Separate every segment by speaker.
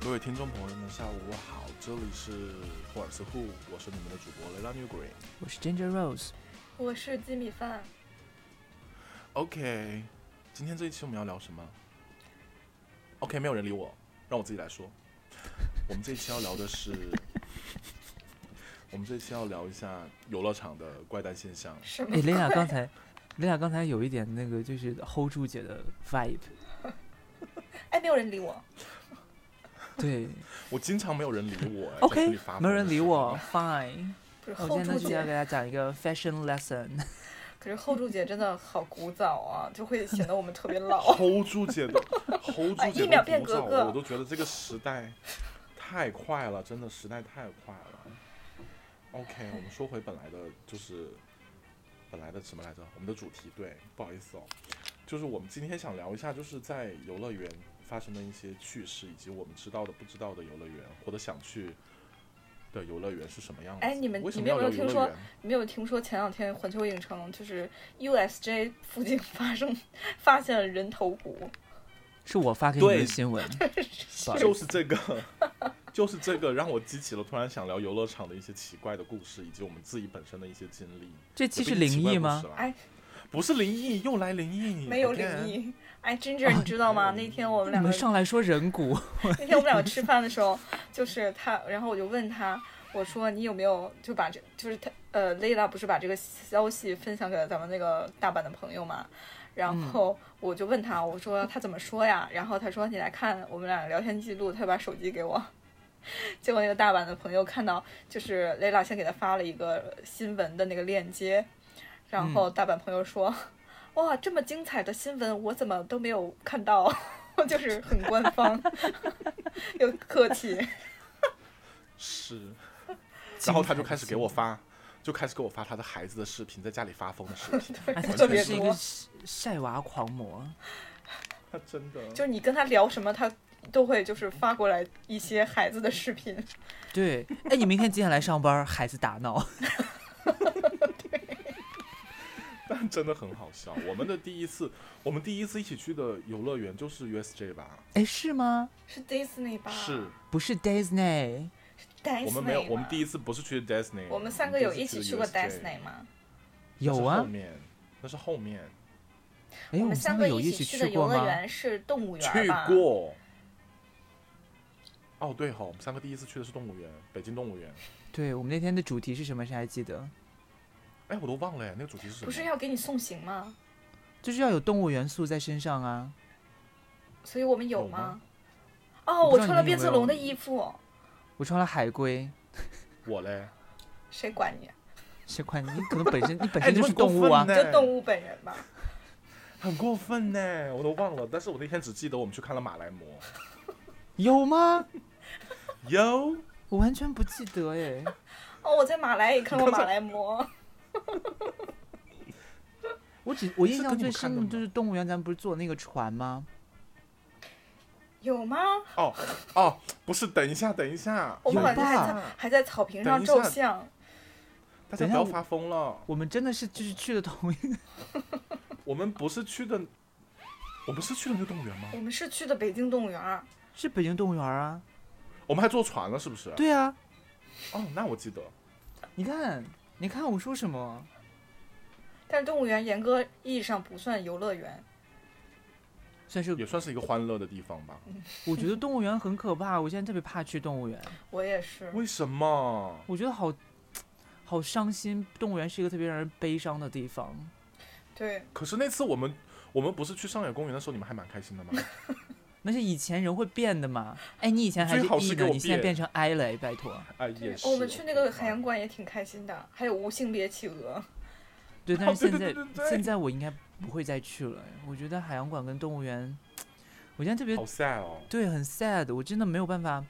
Speaker 1: 各位听众朋友们，下午好，这里是霍尔斯库，我是你们的主播雷拉 New Green。
Speaker 2: 我是 Ginger Rose，
Speaker 3: 我是鸡米饭，
Speaker 1: OK，今天这一期我们要聊什么？OK，没有人理我，让我自己来说。 我们这一期要聊的是，我们这一期要聊一下游乐场的怪诞现象。
Speaker 3: 什 么
Speaker 2: 哎，雷娜
Speaker 3: 鬼
Speaker 2: 刚才，雷娜刚才有一点那个就是 hold 住姐的 vibe，
Speaker 3: 哎，没有人理我，
Speaker 2: 对
Speaker 1: 我经常没有人理我、哎在群里
Speaker 2: ，OK，
Speaker 1: 发
Speaker 2: 没有人理我
Speaker 1: 疯
Speaker 2: ，Fine。
Speaker 3: 不是
Speaker 2: 我
Speaker 3: 后
Speaker 2: 今天
Speaker 3: 住
Speaker 2: 哦呢就要
Speaker 3: 姐
Speaker 2: 给，大家讲一个 fashion lesson，
Speaker 3: 可是后住姐真的好古早啊，就会显得我们特 别老。
Speaker 1: hold 住姐 的 hold 住
Speaker 3: 哎
Speaker 1: 姐
Speaker 3: 一秒
Speaker 1: 的
Speaker 3: 变
Speaker 1: 鼓掌，
Speaker 3: 格格
Speaker 1: 我都觉得这个时代太快了，真的时代太快了。OK，我们说回本来的，就是本来的什么来着？我们的主题对，不好意思哦，就是我们今天想聊一下，就是在游乐园发生的一些趣事，以及我们知道的、不知道的游乐园，或者想去的游乐园是什么样子。
Speaker 3: 哎你们
Speaker 1: 为什
Speaker 3: 你
Speaker 1: 么
Speaker 3: 们有
Speaker 1: 要聊游
Speaker 3: 没有听
Speaker 1: 乐
Speaker 3: 说
Speaker 1: 园？
Speaker 3: 没有听说前两天环球影城就是 USJ 附近发生发现了人头骨，
Speaker 2: 是我发给你们
Speaker 1: 对
Speaker 2: 的新闻。Sorry
Speaker 1: 就是这个， 就是这个，让我激起了突然想聊游乐场的一些奇怪的故事，以及我们自己本身的一些经历。
Speaker 2: 这期
Speaker 1: 也
Speaker 2: 是
Speaker 1: 不一定
Speaker 2: 灵
Speaker 1: 奇怪
Speaker 2: 异
Speaker 1: 故
Speaker 2: 吗
Speaker 1: 事？啦
Speaker 3: 哎，
Speaker 1: 不是灵异，又来灵异，
Speaker 3: 没有
Speaker 1: again
Speaker 3: 灵。异。哎，Ginger，你知道吗？那天我
Speaker 2: 哦
Speaker 3: 们
Speaker 2: 你
Speaker 3: 两个
Speaker 2: 们上来说 人骨，
Speaker 3: 那天我们两个吃饭的时候，就是他，然后我就问他，我说你有没有就把这就是他呃，Layla 不是把这个消息分享给了咱们那个大阪的朋友嘛？然后我就问他，我说他怎么说呀？然后他说你来看我们俩聊天记录，他就把手机给我。 结果那个大阪的朋友看到，就是 Layla 先给他发了一个新闻的那个链接，然后大阪朋友说：“哇，这么精彩的新闻，我怎么都没有看到？” 就是很官方， 又客气。
Speaker 1: 是，然后他就
Speaker 2: 精彩的
Speaker 1: 开始给
Speaker 2: 新
Speaker 1: 我
Speaker 2: 闻。
Speaker 1: 发，就开始给我发他的孩子的视频，在家里发疯的视 频。
Speaker 2: 哎，他
Speaker 1: 完
Speaker 2: 真
Speaker 1: 全
Speaker 2: 的
Speaker 3: 别
Speaker 2: 是一
Speaker 3: 多
Speaker 2: 个晒晒娃狂魔。
Speaker 1: 他真的
Speaker 3: 就是你跟他聊什么，他都会就是发过来一些孩子的视频。
Speaker 2: 对，哎，你明天几点来上班？孩子打闹。
Speaker 1: 但真的很好笑。我们的第一次，我们第一次一起去的游乐园就是 USJ 吧？
Speaker 2: 哎，是吗？
Speaker 3: 是 Disney 吧？
Speaker 1: 是
Speaker 2: 不是 Disney，
Speaker 3: 啊 Disney
Speaker 1: 我们没有，我们第
Speaker 3: 一，
Speaker 1: 一次不是去 Disney，
Speaker 3: 我们三个有
Speaker 1: 第
Speaker 3: 一
Speaker 1: 次
Speaker 3: 起去
Speaker 1: 的
Speaker 3: 过
Speaker 1: USJ
Speaker 3: Disney 吗？
Speaker 1: 那是
Speaker 2: 有啊
Speaker 1: 后。面那是后面
Speaker 2: 哎，我
Speaker 3: 们
Speaker 2: 们
Speaker 3: 三
Speaker 2: 三
Speaker 3: 个
Speaker 2: 有
Speaker 3: 一
Speaker 2: 起
Speaker 3: 去
Speaker 2: 去
Speaker 3: 的
Speaker 2: 过
Speaker 3: 游乐
Speaker 2: 吗？
Speaker 3: 园是动物园
Speaker 1: 去
Speaker 3: 吧？
Speaker 1: 过。哦，对哈、我们三个第一次去的是动物园，北京动物园。
Speaker 2: 对我们那天的主题是什么？谁还记得？
Speaker 1: 哎，我都忘了哎，那个主题是什么？
Speaker 3: 不是要给你送行吗？
Speaker 2: 就是要有动物元素在身上啊。
Speaker 3: 所以我们有
Speaker 1: 有吗
Speaker 3: 吗？哦，
Speaker 2: 我不
Speaker 3: 我
Speaker 2: 知道
Speaker 3: 穿了
Speaker 2: 你们有
Speaker 3: 变
Speaker 2: 没
Speaker 3: 色
Speaker 2: 有
Speaker 3: 龙的衣服，
Speaker 2: 我穿了海龟，
Speaker 1: 我嘞，
Speaker 3: 谁管你？啊
Speaker 2: 谁管你？你可能本 身你本
Speaker 1: 哎
Speaker 2: 身
Speaker 1: 你
Speaker 2: 就是
Speaker 1: 们过
Speaker 2: 动物啊
Speaker 1: 分。呢
Speaker 3: 就动物本人吧。
Speaker 1: 很过分呢，我都忘了。但是我那天只记得我们去看了马来貘。
Speaker 2: 有吗？
Speaker 1: 有，
Speaker 2: 我完全不记得哎。
Speaker 3: 哦，我在马来也 看过马来貘。
Speaker 2: 我只我印
Speaker 1: 是
Speaker 2: 象
Speaker 1: 跟你
Speaker 2: 最
Speaker 1: 们看
Speaker 2: 深
Speaker 1: 的
Speaker 2: 的
Speaker 1: 吗
Speaker 2: 就是动物园，咱们不是坐那个船吗？
Speaker 3: 有吗？
Speaker 1: 哦哦，不是，等一下，等一下，
Speaker 3: 我们
Speaker 2: 有
Speaker 3: 好像还
Speaker 2: 吧
Speaker 3: 在还在草坪上
Speaker 1: 等一
Speaker 3: 照
Speaker 1: 下
Speaker 3: 相。
Speaker 1: 大家
Speaker 2: 等
Speaker 1: 不
Speaker 2: 一下
Speaker 1: 要
Speaker 2: 我
Speaker 1: 发疯了。
Speaker 2: 我们真的是就是去了同一个，
Speaker 1: 我们不是去的，我们是去的那个动物园吗
Speaker 3: 我？们是去的北京动物园儿，
Speaker 2: 是北京动物园啊。
Speaker 1: 我们还坐船了，是不是？
Speaker 2: 对啊，
Speaker 1: 哦，那我记得。
Speaker 2: 你看，你看我说什么？
Speaker 3: 但是动物园严格意义上不算游乐园。
Speaker 2: 算是
Speaker 1: 也 算是一个欢乐的地方吧。
Speaker 3: 嗯
Speaker 2: 我觉得动物园很可怕，我现在特别怕去动物园，
Speaker 3: 我也是，
Speaker 1: 为什么？
Speaker 2: 我觉得好好伤心。动物园是一个特别让人悲伤的地方。
Speaker 3: 对，
Speaker 1: 可是那次我们我们不是去上野公园的时候，你们还蛮开心的吗？
Speaker 2: 那是以前人会变的嘛？哎，你以前还
Speaker 1: 最好
Speaker 2: E
Speaker 1: 是给
Speaker 2: 的，
Speaker 1: 我
Speaker 2: 你现在
Speaker 1: 变
Speaker 2: 变成 I 了，哎 拜托。
Speaker 1: 哎，也是。
Speaker 3: 我们去那个海洋
Speaker 1: 哦
Speaker 3: 馆也挺开心的，还有无性别企鹅。
Speaker 2: 对，但是
Speaker 1: 啊对
Speaker 2: 现
Speaker 1: 对
Speaker 2: 在
Speaker 1: 对对对
Speaker 2: 现在我应该不会再去了。我觉得海洋馆跟动物园，我现在特别
Speaker 1: 好 sad 哦。
Speaker 2: 对很 sad，我真的没有办法。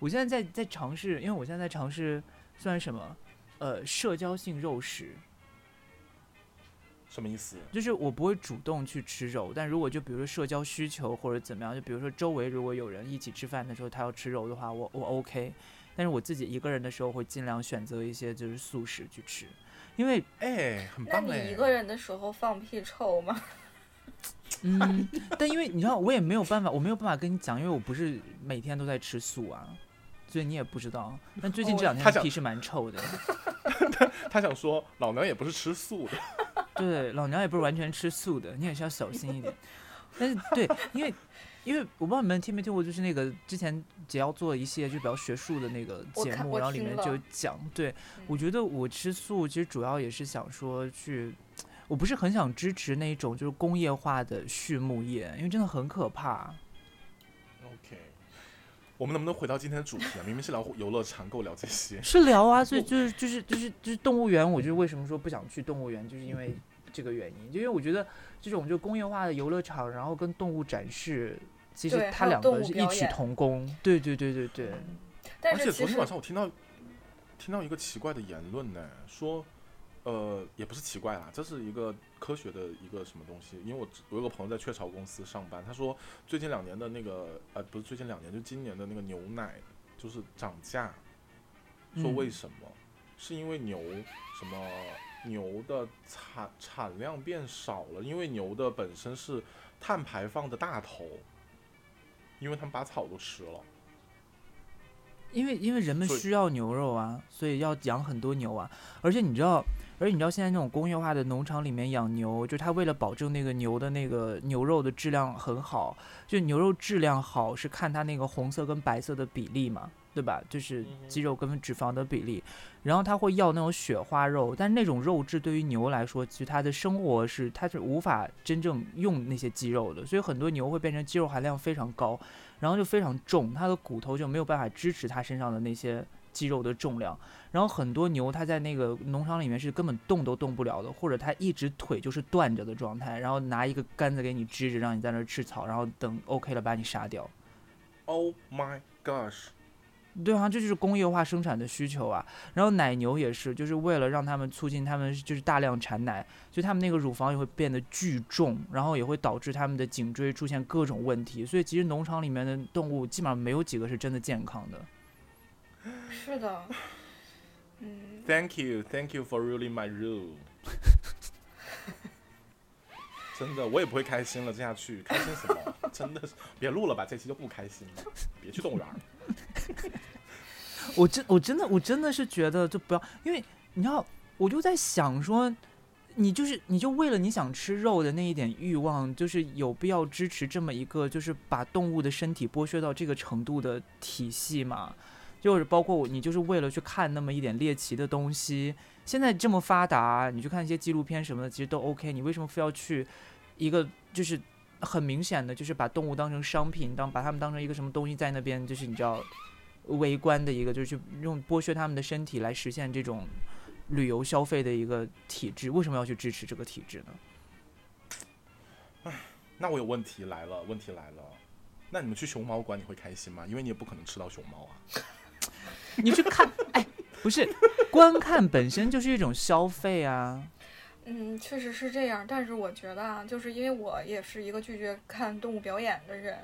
Speaker 2: 我现在在在尝试，因为我现在在尝试算什么？呃，社交性肉食，
Speaker 1: 什么意思？
Speaker 2: 就是我不会主动去吃肉，但如果就比如说社交需求或者怎么样，就比如说周围如果有人一起吃饭的时候他要吃肉的话，我我 OK。但是我自己一个人的时候会尽量选择一些就是素食去吃，因为
Speaker 1: 哎，很
Speaker 3: 那
Speaker 1: 棒哎。
Speaker 3: 你一个人的时候放屁臭吗？
Speaker 2: 嗯， 但因为你知道，我也没有办法，我没有办法跟你讲，因为我不是每天都在吃素啊，所以你也不知道。但最近这两天
Speaker 1: 哦他
Speaker 2: 的
Speaker 1: 想
Speaker 2: 屁是蛮臭的，
Speaker 1: 他想说，老娘也不是吃素的，
Speaker 2: 对，老娘也不是完全吃素的，你也是要小心一点。但是对，因为因为我不知道你们听没听过，就是那个之前只要做一系列就比较学术的那个
Speaker 3: 我
Speaker 2: 节
Speaker 3: 看
Speaker 2: 目，
Speaker 3: 我
Speaker 2: 然后里
Speaker 3: 听
Speaker 2: 面
Speaker 3: 了嗯
Speaker 2: 就有讲，对我觉得我吃素其实主要也是想说去。我不是很想支持那一种就是工业化的畜牧业，因为真的很可怕。
Speaker 1: OK，我们能不能回到今天的主题啊？明明是聊游乐场，给我聊这些。
Speaker 2: 是聊啊，所以
Speaker 1: 我
Speaker 2: 就是就是就是就是动物园，我就是为什么说不想去动物园，就是因为这个原因，就因为我觉得这种就工业化的游乐场，然后跟动物展示，其实
Speaker 3: 对
Speaker 2: 它
Speaker 3: 还有
Speaker 2: 两
Speaker 3: 动
Speaker 2: 个
Speaker 3: 物
Speaker 2: 是异
Speaker 3: 表
Speaker 2: 曲
Speaker 3: 演
Speaker 2: 同工。对对对对
Speaker 1: 嗯
Speaker 2: 对，
Speaker 3: 但
Speaker 1: 而
Speaker 3: 是
Speaker 1: 且
Speaker 3: 其
Speaker 1: 昨
Speaker 3: 实
Speaker 1: 天晚上我听到听到一个奇怪的言论呢，说呃也不是奇怪啦，这是一个科学的一个什么东西。因为我我有个朋友在雀巢公司上班，他说最近两年的那个呃不是最近两年，就今年的那个牛奶就是涨价，说
Speaker 2: 嗯
Speaker 1: 为什么？是因为牛什么牛的产产量变少了，因为牛的本身是碳排放的大头，因为他们把草都吃了。
Speaker 2: 因为因为人们
Speaker 1: 所以
Speaker 2: 需要牛肉啊，所以要养很多牛啊。而且你知道，而且你知道现在那种工业化的农场里面养牛，就是它为了保证那个牛的那个牛肉的质量很好，就牛肉质量好是看它那个红色跟白色的比例嘛，对吧？就是
Speaker 1: 嗯哼
Speaker 2: 肌肉跟脂肪的比例。然后它会要那种雪花肉，但是那种肉质对于牛来说，其实它的生活是它是无法真正用那些肌肉的，所以很多牛会变成肌肉含量非常高。然后就非常重，它的骨头就没有办法支持它身上的那些肌肉的重量。然后很多牛它在那个农场里面是根本动都动不了的，或者它一直腿就是断着的状态，然后拿一个杆子给你支着，让你在那儿吃草，然后等 OK 了把你杀掉。
Speaker 1: Oh my gosh！
Speaker 2: 对啊，这就是工业化生产的需求啊。然后奶牛也是，就是为了让他们促进他们就是大量产奶，所以他们那个乳房也会变得巨重，然后也会导致他们的颈椎出现各种问题。所以其实农场里面的动物基本上没有几个是真的健康的。
Speaker 3: 是的，嗯，
Speaker 1: Thank you, thank you for ruling my room 。真的，我也不会开心了，这下去开心什么？ 真的是别录了吧，这期就不开心了，别去动物园儿了。
Speaker 2: 我真我真的我真的是觉得就不要，因为你知道，我就在想说，你就是你就为了你想吃肉的那一点欲望，就是有必要支持这么一个就是把动物的身体剥削到这个程度的体系吗？就是包括我，你就是为了去看那么一点猎奇的东西。现在这么发达，你去看一些纪录片什么的，其实都 OK。你为什么非要去一个就是很明显的，就是把动物当成商品，当把它们当成一个什么东西在那边，就是你知道围观的一个，就是用剥削他们的身体来实现这种旅游消费的一个体制，为什么要去支持这个体制呢？
Speaker 1: 那我有问题来了，问题来了。那你们去熊猫馆你会开心吗？因为你也不可能吃到熊猫啊。
Speaker 2: 你去看，哎，不是，观看本身就是一种消费啊。
Speaker 3: 嗯，确实是这样，但是我觉得啊，就是因为我也是一个拒绝看动物表演的人，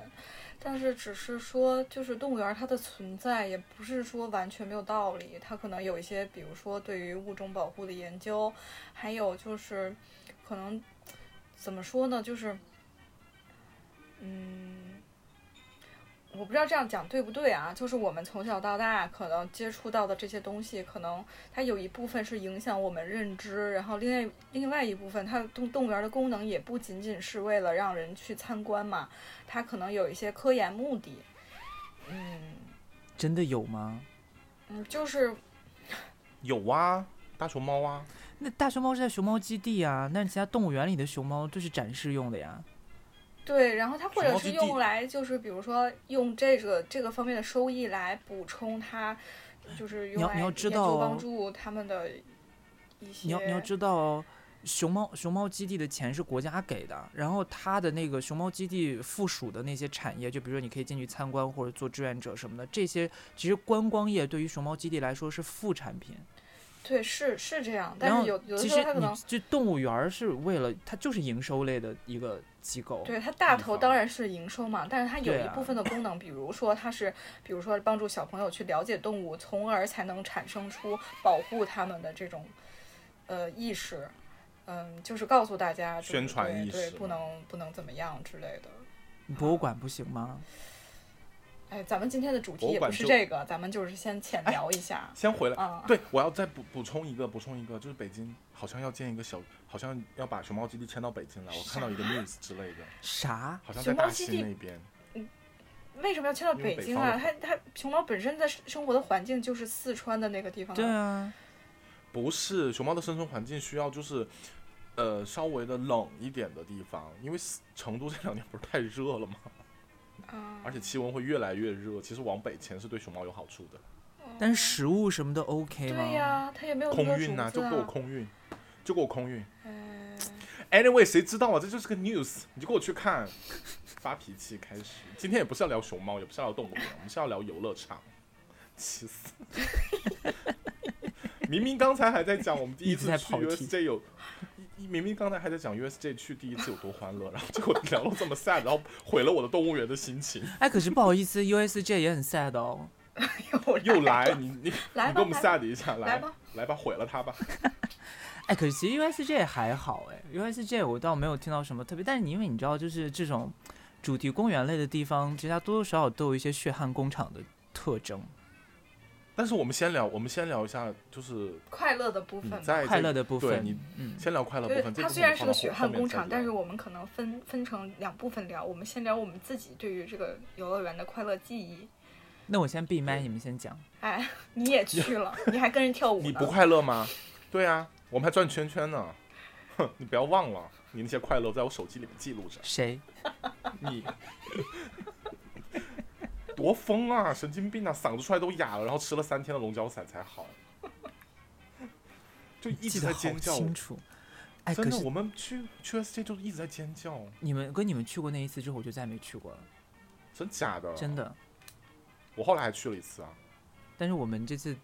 Speaker 3: 但是只是说，就是动物园儿它的存在也不是说完全没有道理，它可能有一些，比如说对于物种保护的研究，还有就是可能怎么说呢，就是嗯。我不知道这样讲对不对啊？就是我们从小到大可能接触到的这些东西，可能它有一部分是影响我们认知，然后另外另外一部分，它动动物园的功能也不仅仅是为了让人去参观嘛，它可能有一些科研目的。嗯
Speaker 2: 真的有吗？
Speaker 3: 嗯，就是
Speaker 1: 有啊，大熊猫啊。
Speaker 2: 那大熊猫是在熊猫基地啊，那其他动物园里的熊猫就是展示用的呀。
Speaker 3: 对，然后它或
Speaker 1: 熊
Speaker 3: 者
Speaker 1: 猫
Speaker 3: 是
Speaker 1: 基地
Speaker 3: 用来就是比如说用这个这个方面的收益来补充它，就是用
Speaker 2: 要
Speaker 3: 来
Speaker 2: 你要知
Speaker 3: 研究
Speaker 2: 道哦
Speaker 3: 帮助他们的一些。
Speaker 2: 你要你要知道哦，熊猫熊猫基地的钱是国家给的，然后它的那个熊猫基地附属的那些产业，就比如说你可以进去参观或者做志愿者什么的，这些其实观光业对于熊猫基地来说是副产品。
Speaker 3: 对，是是这样，
Speaker 2: 然
Speaker 3: 但
Speaker 2: 后
Speaker 3: 是有有的
Speaker 2: 其
Speaker 3: 时候
Speaker 2: 实
Speaker 3: 它可
Speaker 2: 你
Speaker 3: 能
Speaker 2: 这动物园儿是为了它就是营收类的一个机构，
Speaker 3: 对它大
Speaker 1: 地
Speaker 3: 头
Speaker 1: 方
Speaker 3: 当然是营收嘛，但是它有
Speaker 2: 对
Speaker 3: 一
Speaker 2: 啊
Speaker 3: 部分的功能，比如说它是，比如说帮助小朋友去了解动物，从而才能产生出保护它们的这种呃意识。嗯，就是告诉大家就是
Speaker 1: 宣传
Speaker 3: 对
Speaker 1: 意
Speaker 3: 对，
Speaker 1: 识
Speaker 3: 不
Speaker 1: 嘛
Speaker 3: 能不能怎么样之类的。
Speaker 2: 博物馆不行吗？
Speaker 3: 哎，咱们今天的主题
Speaker 1: 博物
Speaker 3: 也
Speaker 1: 馆
Speaker 3: 不是
Speaker 1: 就
Speaker 3: 这个，咱们就是先浅
Speaker 1: 哎
Speaker 3: 聊一下。
Speaker 1: 先回来，
Speaker 3: 啊，
Speaker 1: 对我要再补补充一个，补充一个，就是北京好像要建一个小，好像要把熊猫基地迁到北京来，我看到一个 news 之类的，
Speaker 2: 啥？
Speaker 1: 好像在
Speaker 3: 熊猫
Speaker 1: 大
Speaker 3: 基
Speaker 1: 兴
Speaker 3: 地
Speaker 1: 那边。
Speaker 3: 为什么要迁到
Speaker 1: 因为
Speaker 3: 北
Speaker 1: 北
Speaker 3: 京
Speaker 1: 方
Speaker 3: 啊？
Speaker 1: 的
Speaker 3: 它它熊猫本身的生生活的环境就是四川的那个地方啊。
Speaker 2: 对啊，
Speaker 1: 不是熊猫的生存环境需要就是，呃，稍微的冷一点的地方，因为四成都这两年不是太热了吗？
Speaker 3: 啊，
Speaker 1: 而且气温会越来越热，其实往北迁是对熊猫有好处的。
Speaker 2: 但是食物什么都 OK 吗？
Speaker 3: 嗯对呀、它也没有那么
Speaker 1: 空
Speaker 3: 多
Speaker 1: 运
Speaker 3: 竹
Speaker 1: 呐、
Speaker 3: 子
Speaker 1: 就
Speaker 3: 啊
Speaker 1: 给我空运，就给我空运。
Speaker 3: 嗯
Speaker 1: Anyway，谁知道啊？这就是个 news，你就给我去看。发脾气开始，今天也不是要聊熊猫，也不是要聊动物园，我们是要聊游乐场。气死！ 明明刚才还在讲我们第
Speaker 2: 一
Speaker 1: 一
Speaker 2: 直
Speaker 1: 次
Speaker 2: 在
Speaker 1: 去
Speaker 2: 跑题
Speaker 1: USJ 有，一明明刚才还在讲 USJ 去第一次有多欢乐，然后结果聊了这么 sad，然后毁了我的动物园的心情。
Speaker 2: 哎，可是不好意思，USJ 也很 sad 哦。
Speaker 1: 又来，你你
Speaker 3: 来
Speaker 1: 你
Speaker 3: 吧
Speaker 1: 给我们
Speaker 3: 来
Speaker 1: sad 一下，来
Speaker 3: 来吧，
Speaker 1: 来吧，毁了它吧。
Speaker 2: 哎，可是其实 USJ 还好哎，USJ 我倒没有听到什么特别，但是你因为你知道，就是这种主题公园类的地方，其实它多多少少都有一些血汗工厂的特征。
Speaker 1: 但是我们先聊，我们先聊一下，就是
Speaker 3: 快乐的部
Speaker 1: 你
Speaker 3: 分吧。
Speaker 1: 嗯哎在
Speaker 2: 快
Speaker 1: 这
Speaker 2: 乐的部分，
Speaker 1: 对你
Speaker 2: 嗯，
Speaker 1: 先聊快乐部
Speaker 3: 对，
Speaker 1: 分。这
Speaker 3: 它
Speaker 1: 部
Speaker 3: 虽
Speaker 1: 分
Speaker 3: 然是
Speaker 1: 放
Speaker 3: 个
Speaker 1: 到
Speaker 3: 血
Speaker 1: 后
Speaker 3: 汗
Speaker 1: 后面
Speaker 3: 工
Speaker 1: 再
Speaker 3: 厂，但是
Speaker 1: 聊
Speaker 3: 我们可能分分成两部分聊。我们先聊我们自己对于这个游乐园的快乐记忆。
Speaker 2: 那我先闭麦，你们先讲。
Speaker 3: 哎，你也去了，你还跟人跳舞呢。
Speaker 1: 你不快乐吗？对啊，我们还转圈圈呢。哼，你不要忘了，你那些快乐在我手机里面记录着。
Speaker 2: 谁？
Speaker 1: 你多疯啊，神经病啊，嗓子出来都哑了，然后吃了三天的龙角散才好。就一
Speaker 2: 记
Speaker 1: 直
Speaker 2: 得
Speaker 1: 在
Speaker 2: 好
Speaker 1: 尖叫，
Speaker 2: 清楚。哎，
Speaker 1: 真
Speaker 2: 可
Speaker 1: 的，
Speaker 2: 是
Speaker 1: 我们去去 USJ 就是一直在尖叫，
Speaker 2: 你们跟你们去过那一次之后，我就再也没去过了，
Speaker 1: 真假的？
Speaker 2: 真。的。
Speaker 1: 我后来还去了一次啊，
Speaker 2: 但是我们这次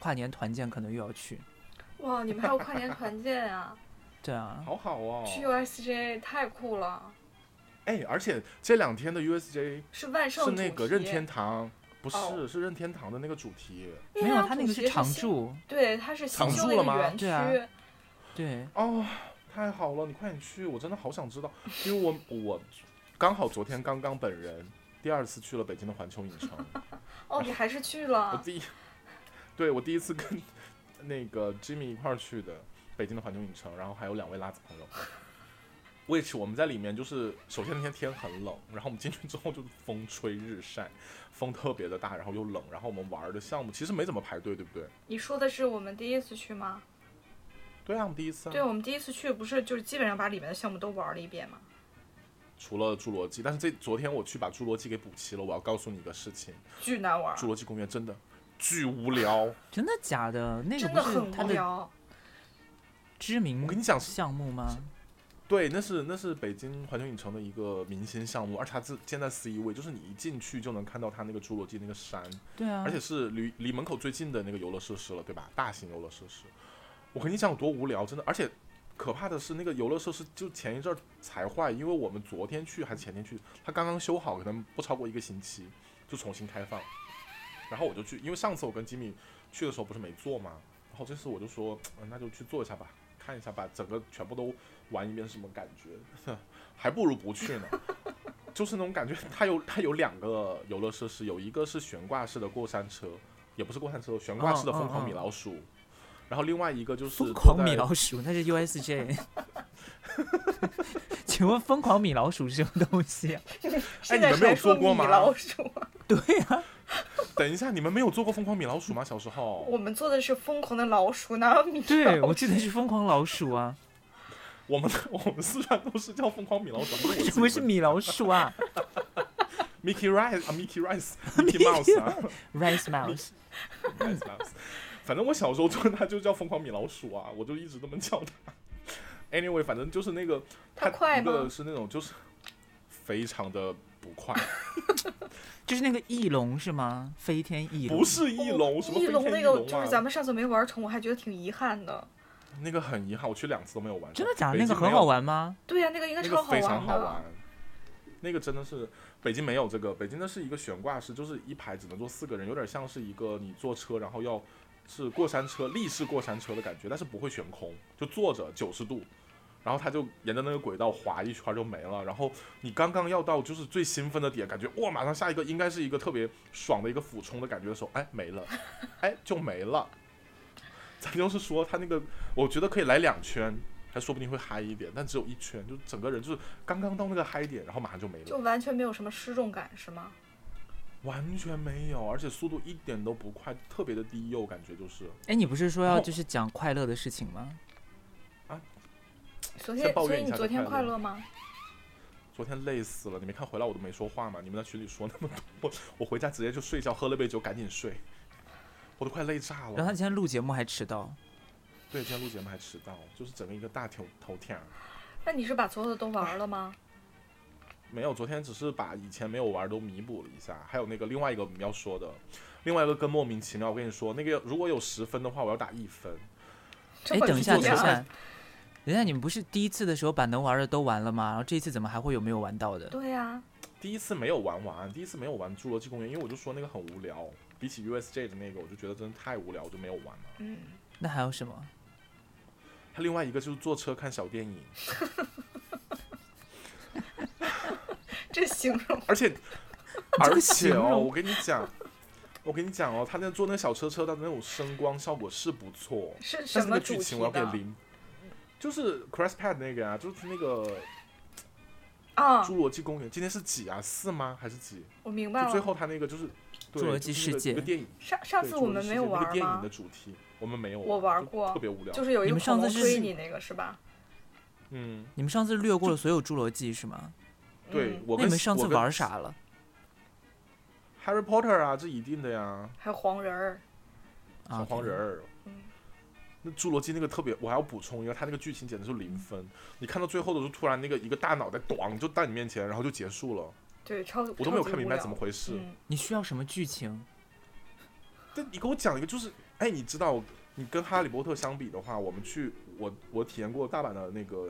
Speaker 2: 跨年团建可能又要去。
Speaker 3: 哇，你们还有跨年团建啊？
Speaker 2: 对啊，
Speaker 1: 好好哦。
Speaker 3: 去 USJ 太酷了，
Speaker 1: 哎，而且这两天的 USJ
Speaker 3: 是万圣
Speaker 1: 是
Speaker 3: 主
Speaker 1: 那个
Speaker 3: 题
Speaker 1: 任天堂，不是、
Speaker 3: 哦
Speaker 1: 是任天堂的那个主题。
Speaker 3: 任
Speaker 2: 没
Speaker 3: 天
Speaker 2: 有，
Speaker 3: 堂
Speaker 2: 他那
Speaker 3: 主
Speaker 2: 个
Speaker 3: 题
Speaker 2: 是常
Speaker 3: 新，
Speaker 2: 驻。
Speaker 3: 对，它是新
Speaker 1: 常
Speaker 3: 修
Speaker 1: 驻
Speaker 3: 的一
Speaker 1: 了
Speaker 3: 个
Speaker 1: 吗
Speaker 3: 园区。
Speaker 2: 对啊对，
Speaker 1: 哦，太好了，你快点去，我真的好想知道，因为我我刚好昨天刚刚本人第二次去了北京的环球影城，
Speaker 3: 哦，你还是去
Speaker 1: 我
Speaker 3: 了。
Speaker 1: 第一，对我第一次跟那个 Jimmy 一块儿去的北京的环球影城，然后还有两位拉子朋友。which 我们在里面就是，首先那天天很冷，然后我们进去之后就风吹日晒，风特别的大，然后又冷，然后我们玩儿的项目其实没怎么排队，对不对？
Speaker 3: 你说的是我们第一次去吗？
Speaker 1: 对啊，我们第一次啊。
Speaker 3: 对，我们第一次去不是就是基本上把里面的项目都玩了一遍吗？
Speaker 1: 除了侏罗纪，但是这昨天我去把侏罗纪给补齐了。我要告诉你一个事情，
Speaker 3: 巨难玩，
Speaker 1: 侏罗纪公园真的巨无聊。
Speaker 2: 真的假的？那个
Speaker 3: 真
Speaker 2: 不
Speaker 3: 的
Speaker 2: 是
Speaker 3: 很
Speaker 2: 他
Speaker 3: 无
Speaker 2: 的
Speaker 3: 聊。
Speaker 2: 知
Speaker 1: 我
Speaker 2: 名
Speaker 1: 跟你讲，
Speaker 2: 项目吗？
Speaker 1: 对，那是那是北京环球影城的一个明星项目，而且它是建在 C 位，就是你一进去就能看到它那个侏罗纪那个山，
Speaker 2: 对啊，
Speaker 1: 而且是离离门口最近的那个游乐设施了，对吧？大型游乐设施，我跟你讲有多无聊，真的，而且。可怕的是，那个游乐设施就前一阵儿才坏，因为我们昨天去还是前天去，它刚刚修好，可能不超过一个星期就重新开放。然后我就去，因为上次我跟吉米去的时候不是没做嘛，然后这次我就说，嗯那就去做一下吧，看一下吧，整个全部都玩一遍是什么感觉， 还不如不去呢。 就是那种感觉，它有它有两个游乐设施，有一个是悬挂式的过山车，也不是过山车，悬挂式的疯狂米老鼠，然后另外一个就是
Speaker 2: 嗯疯
Speaker 1: 坐
Speaker 2: 狂
Speaker 1: 在
Speaker 2: 米老鼠，那是 USJ。请问疯狂米老鼠是什么东西、啊？
Speaker 1: 哎，
Speaker 3: 现
Speaker 1: 你们
Speaker 3: 在
Speaker 1: 没
Speaker 3: 谁
Speaker 1: 有
Speaker 3: 说
Speaker 1: 做
Speaker 3: 米
Speaker 1: 过吗？
Speaker 3: 老鼠，
Speaker 2: 对啊，
Speaker 1: 等一下，你们没有做过疯狂米老鼠吗？小时候，
Speaker 3: 我们做的是疯狂的老鼠，哪有米老鼠？
Speaker 2: 对，我记得是疯狂老鼠啊。
Speaker 1: 我们我们四川都是叫疯狂米老鼠，
Speaker 2: 为什么是米老鼠 啊
Speaker 1: Mickey Rice 啊，Mickey Rice，Mickey Mouse 啊
Speaker 2: ？Rice Mouse，
Speaker 1: ，Rice Mouse。反正我小时候就它就叫疯狂米老鼠啊，我就一直这么叫它。Anyway，反正就是那个
Speaker 3: 它快
Speaker 1: 一
Speaker 3: 吗
Speaker 1: 个是那种就是非常的不 快，
Speaker 2: 就是那个翼龙是吗？飞天翼龙
Speaker 1: 不是翼龙，什么
Speaker 3: 翼
Speaker 1: 飞
Speaker 3: 龙
Speaker 1: 天
Speaker 3: 那
Speaker 1: 翼
Speaker 3: 个
Speaker 1: 啊
Speaker 3: 就是咱们上次没玩成，我还觉得挺遗憾的。
Speaker 1: 那个很遗憾，我去两次都没有玩上。
Speaker 2: 真的假的？
Speaker 1: 北
Speaker 2: 那
Speaker 1: 京
Speaker 2: 个很
Speaker 1: 没有
Speaker 2: 好玩吗？
Speaker 3: 对呀、那个应该
Speaker 1: 那
Speaker 3: 超
Speaker 1: 个
Speaker 3: 好
Speaker 1: 非常
Speaker 3: 玩
Speaker 1: 好
Speaker 3: 的。
Speaker 1: 玩。那个真的是北京没有这个，北京的是一个悬挂式，就是一排只能坐四个人，有点像是一个你坐车然后要是过山车，立式过山车的感觉，但是不会悬空，就坐着九十度，然后它就沿着那个轨道滑一圈就没了。然后你刚刚要到就是最兴奋的点，感觉哇，马上下一个应该是一个特别爽的一个俯冲的感觉的时候，哎，没了，哎，就没了。咱就是说，它那个我觉得可以来两圈，还说不定会嗨一点，但只有一圈，就整个人就是刚刚到那个嗨点，然后马上就没了。
Speaker 3: 就完全没有什么失重感是吗？
Speaker 1: 完全没有，而且速度一点都不快，特别的低幼，感觉就是
Speaker 2: 哎，你不是说要
Speaker 1: 然后
Speaker 2: 就是讲快乐的事情吗？
Speaker 3: 昨
Speaker 1: 先
Speaker 3: 天，
Speaker 1: 抱
Speaker 3: 所
Speaker 1: 怨
Speaker 3: 以
Speaker 1: 一
Speaker 3: 你
Speaker 1: 下
Speaker 3: 昨
Speaker 1: 就
Speaker 3: 天
Speaker 1: 快
Speaker 3: 快
Speaker 1: 乐
Speaker 3: 乐吗？
Speaker 1: 昨天累死了。你没看回来我都没说话吗？你们在群里说那么多，我我回家直接就睡觉，喝了杯酒赶紧睡，我都快累炸
Speaker 2: 然后他
Speaker 1: 了。
Speaker 2: 今天录节目还迟到，
Speaker 1: 对，今天录节目还迟到，就是整个一个大头头天儿。
Speaker 3: 那你是把所有的都玩了吗？
Speaker 1: 没有，昨天只是把以前没有玩都弥补了一下，还有那个另外一个我们要说的，另外一个更莫名其妙。我跟你说，那个如果有十分的话，我要打一分。
Speaker 3: 这
Speaker 2: 哎，
Speaker 3: 么
Speaker 2: 等一下，
Speaker 3: 低
Speaker 2: 等
Speaker 3: 调
Speaker 2: 一下，等一下，你们不是第一次的时候把能玩的都玩了吗？然后这一次怎么还会有没有玩到的？
Speaker 3: 对呀、
Speaker 1: 第一次没有玩完，第一次没有玩《侏罗纪公园》，因为我就说那个很无聊，比起 USJ 的那个，我就觉得真的太无聊，我就没有玩了。
Speaker 3: 嗯，
Speaker 2: 那还有什么？
Speaker 1: 他另外一个就是坐车看小电影，
Speaker 3: 这形容
Speaker 1: 而且
Speaker 2: 这
Speaker 1: 而且
Speaker 2: 个形
Speaker 1: 哦，
Speaker 2: 容
Speaker 1: 我跟你讲，我跟你讲哦，他那坐那个小车车的那种声光效果是不错，
Speaker 3: 是
Speaker 1: 但
Speaker 3: 什
Speaker 1: 是那
Speaker 3: 么
Speaker 1: 个
Speaker 3: 主
Speaker 1: 剧
Speaker 3: 题
Speaker 1: 情我要给
Speaker 3: 的？啊
Speaker 1: 零，就是 Crashpad 那个啊，就是那个
Speaker 3: 啊
Speaker 1: 《侏，罗纪公园》，今天是几啊？四吗？还是几？
Speaker 3: 我明白
Speaker 1: 就最
Speaker 3: 了。
Speaker 1: 后他那个就是对
Speaker 2: 侏罗纪
Speaker 1: 就是那个
Speaker 2: 世界
Speaker 1: 一个电影，
Speaker 3: 上上
Speaker 1: 对
Speaker 3: 次
Speaker 1: 侏
Speaker 3: 我
Speaker 1: 罗
Speaker 3: 们
Speaker 1: 纪
Speaker 3: 没
Speaker 1: 世
Speaker 3: 有
Speaker 1: 界那个
Speaker 3: 玩
Speaker 1: 电影
Speaker 3: 吗
Speaker 1: 的？主题，我们没有
Speaker 3: 我
Speaker 1: 玩
Speaker 3: 玩过
Speaker 1: 就特别无聊。
Speaker 3: 就是有一
Speaker 2: 你
Speaker 3: 个
Speaker 2: 们上
Speaker 3: 恐龙
Speaker 2: 次是
Speaker 3: 追你那个是吧？
Speaker 1: 嗯，
Speaker 2: 你们上次略过了所有侏罗纪是吗？
Speaker 1: 对
Speaker 3: 嗯，
Speaker 1: 我
Speaker 2: 那
Speaker 1: 跟
Speaker 2: 你们上次
Speaker 1: 我跟
Speaker 2: 玩啥了？
Speaker 1: ？Harry Potter 啊，这一定的呀，
Speaker 3: 还有黄人儿，
Speaker 2: 啊
Speaker 1: 小，黄人儿。
Speaker 3: 嗯
Speaker 1: 那侏罗纪那个特别，我还要补充一个，它那个剧情简直是零分。你看到最后的时候，突然那个一个大脑袋咣就在 你面前，然后就结束了，
Speaker 3: 对，超我
Speaker 1: 我都没有看明白怎么回事。
Speaker 3: 嗯，
Speaker 2: 你需要什么剧情？
Speaker 1: 但你给我讲一个，就是，哎，你知道，你跟哈利波特相比的话，我们去，我我体验过大阪的那个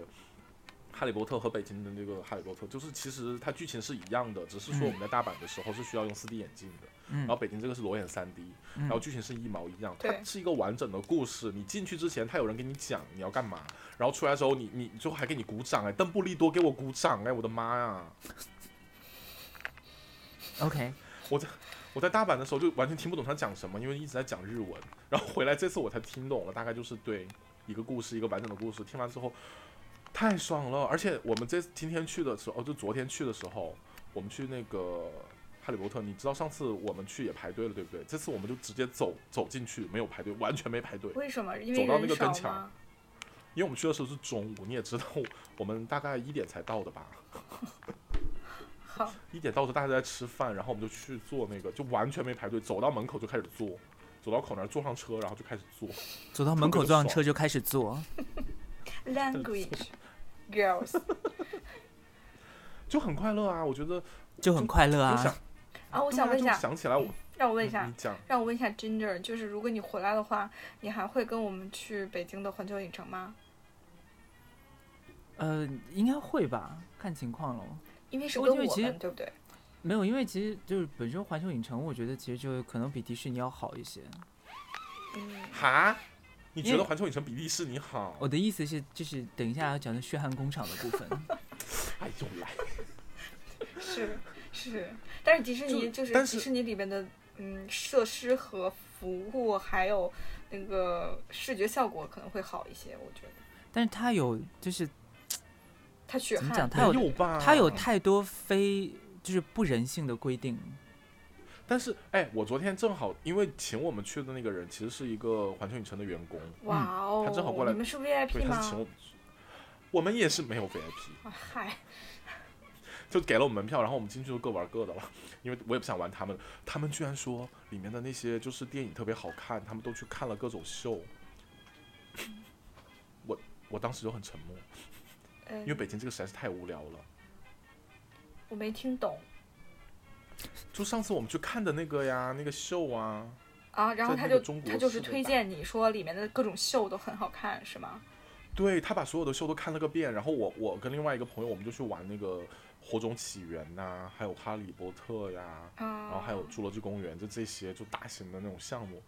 Speaker 1: 哈利波特和北京的那个哈利波特，就是其实它剧情是一样的，只是说
Speaker 2: 嗯
Speaker 1: 我们在大阪的时候是需要用 4D 眼镜的，
Speaker 2: 嗯
Speaker 1: 然后北京这个是裸眼 3D，
Speaker 2: 嗯
Speaker 1: 然后剧情是一毛一样，它
Speaker 3: 对
Speaker 1: 是一个完整的故事。你进去之前，他有人给你讲你要干嘛，然后出来的时候你，你最后还给你鼓掌哎，邓布利多给我鼓掌哎，我的妈呀！
Speaker 2: ，OK，
Speaker 1: 我在大阪的时候就完全听不懂他讲什么，因为一直在讲日文。然后回来这次我才听懂了，大概就是对一个故事，一个完整的故事。听完之后太爽了，而且我们这今天去的时候，哦，就昨天去的时候，我们去那个哈利波特，你知道上次我们去也排队了，对不对？这次我们就直接走走进去，没有排队，完全没排队。
Speaker 3: 为什么？因
Speaker 1: 走
Speaker 3: 为
Speaker 1: 到那
Speaker 3: 人
Speaker 1: 个跟
Speaker 3: 少
Speaker 1: 前
Speaker 3: 吗？
Speaker 1: 因为我们去的时候是中午，你也知道，我们大概一点才到的吧，
Speaker 3: 好，
Speaker 1: 一点到的时候大家都在吃饭，然后我们就去坐那个，就完全没排队，走到门口就开始坐，走到口那儿坐上车，然后就开始坐。
Speaker 2: 走到门
Speaker 1: 特
Speaker 2: 口
Speaker 1: 别
Speaker 2: 撞
Speaker 1: 爽
Speaker 2: 车就开始坐，
Speaker 3: language girls
Speaker 1: 就很快乐啊！我觉得
Speaker 2: 就很快乐
Speaker 1: 就想
Speaker 2: 啊。
Speaker 3: 啊，我
Speaker 1: 对
Speaker 3: 想
Speaker 1: 啊
Speaker 3: 问一
Speaker 1: 就
Speaker 3: 下，
Speaker 1: 想嗯起来我，
Speaker 3: 让我问一下
Speaker 1: 你，讲，
Speaker 3: 让我问一下 Ginger，就是如果你回来的话，你还会跟我们去北京的环球影城吗？
Speaker 2: 呃，应该会吧，看情况喽。
Speaker 3: 因为是
Speaker 2: 我
Speaker 3: 跟
Speaker 2: 觉得
Speaker 3: 我
Speaker 2: 其实
Speaker 3: 们，对不对？
Speaker 2: 没有，因为其实就是本身环球影城，我觉得其实就可能比迪士尼要好一些。
Speaker 3: 嗯，
Speaker 1: 哈，你觉
Speaker 2: 因
Speaker 1: 得
Speaker 2: 为
Speaker 1: 环球影城比迪士尼好？
Speaker 2: 我的意思是，就是等一下要讲的血汗工厂的部 分。
Speaker 1: 哎呦来，
Speaker 3: 是是，但是迪士尼
Speaker 1: 就
Speaker 3: 就是
Speaker 1: 但
Speaker 3: 迪
Speaker 1: 是
Speaker 3: 士尼里边的嗯设施和服务，还有那个视觉效果可能会好一些，我觉得。
Speaker 2: 但是它有就是
Speaker 3: 它血
Speaker 2: 怎么讲，
Speaker 3: 汗，
Speaker 2: 它有
Speaker 1: 没有吧？
Speaker 2: 它有太多非就是不人性的规定。
Speaker 1: 但是哎，我昨天正好因为请我们去的那个人其实是一个环球影城的员工，
Speaker 3: 哇哦！
Speaker 1: 嗯他正好过来
Speaker 3: 你们是
Speaker 1: 对，
Speaker 3: VIP
Speaker 1: 他是请我们
Speaker 3: 吗？
Speaker 1: 去，我们也是没有 VIP，
Speaker 3: 啊嗨，
Speaker 1: 就给了我们门票，然后我们进去就各玩各的了， 因为我也不想玩他们。他们居然说里面的那些就是电影特别好看，他们都去看了各种秀。 我我当时就很沉默，因为
Speaker 3: 嗯，
Speaker 1: 北京这个实在是太无聊了。
Speaker 3: 我没听懂
Speaker 1: 就上次我们去看的那个呀，那个秀啊，
Speaker 3: 啊。然后
Speaker 1: 在
Speaker 3: 他
Speaker 1: 那个
Speaker 3: 就
Speaker 1: 中国
Speaker 3: 他就是
Speaker 1: 式的
Speaker 3: 推
Speaker 1: 吧
Speaker 3: 荐你说里面的各种秀都很好看，是吗？
Speaker 1: 对他把所有的秀都看了个遍，然后我我跟另外一个朋友，我们就去玩那个《火种起源》呐，还有《哈利波特》呀，
Speaker 3: 啊，
Speaker 1: 然后还有《侏罗纪公园》，就这些就大型的那种项目，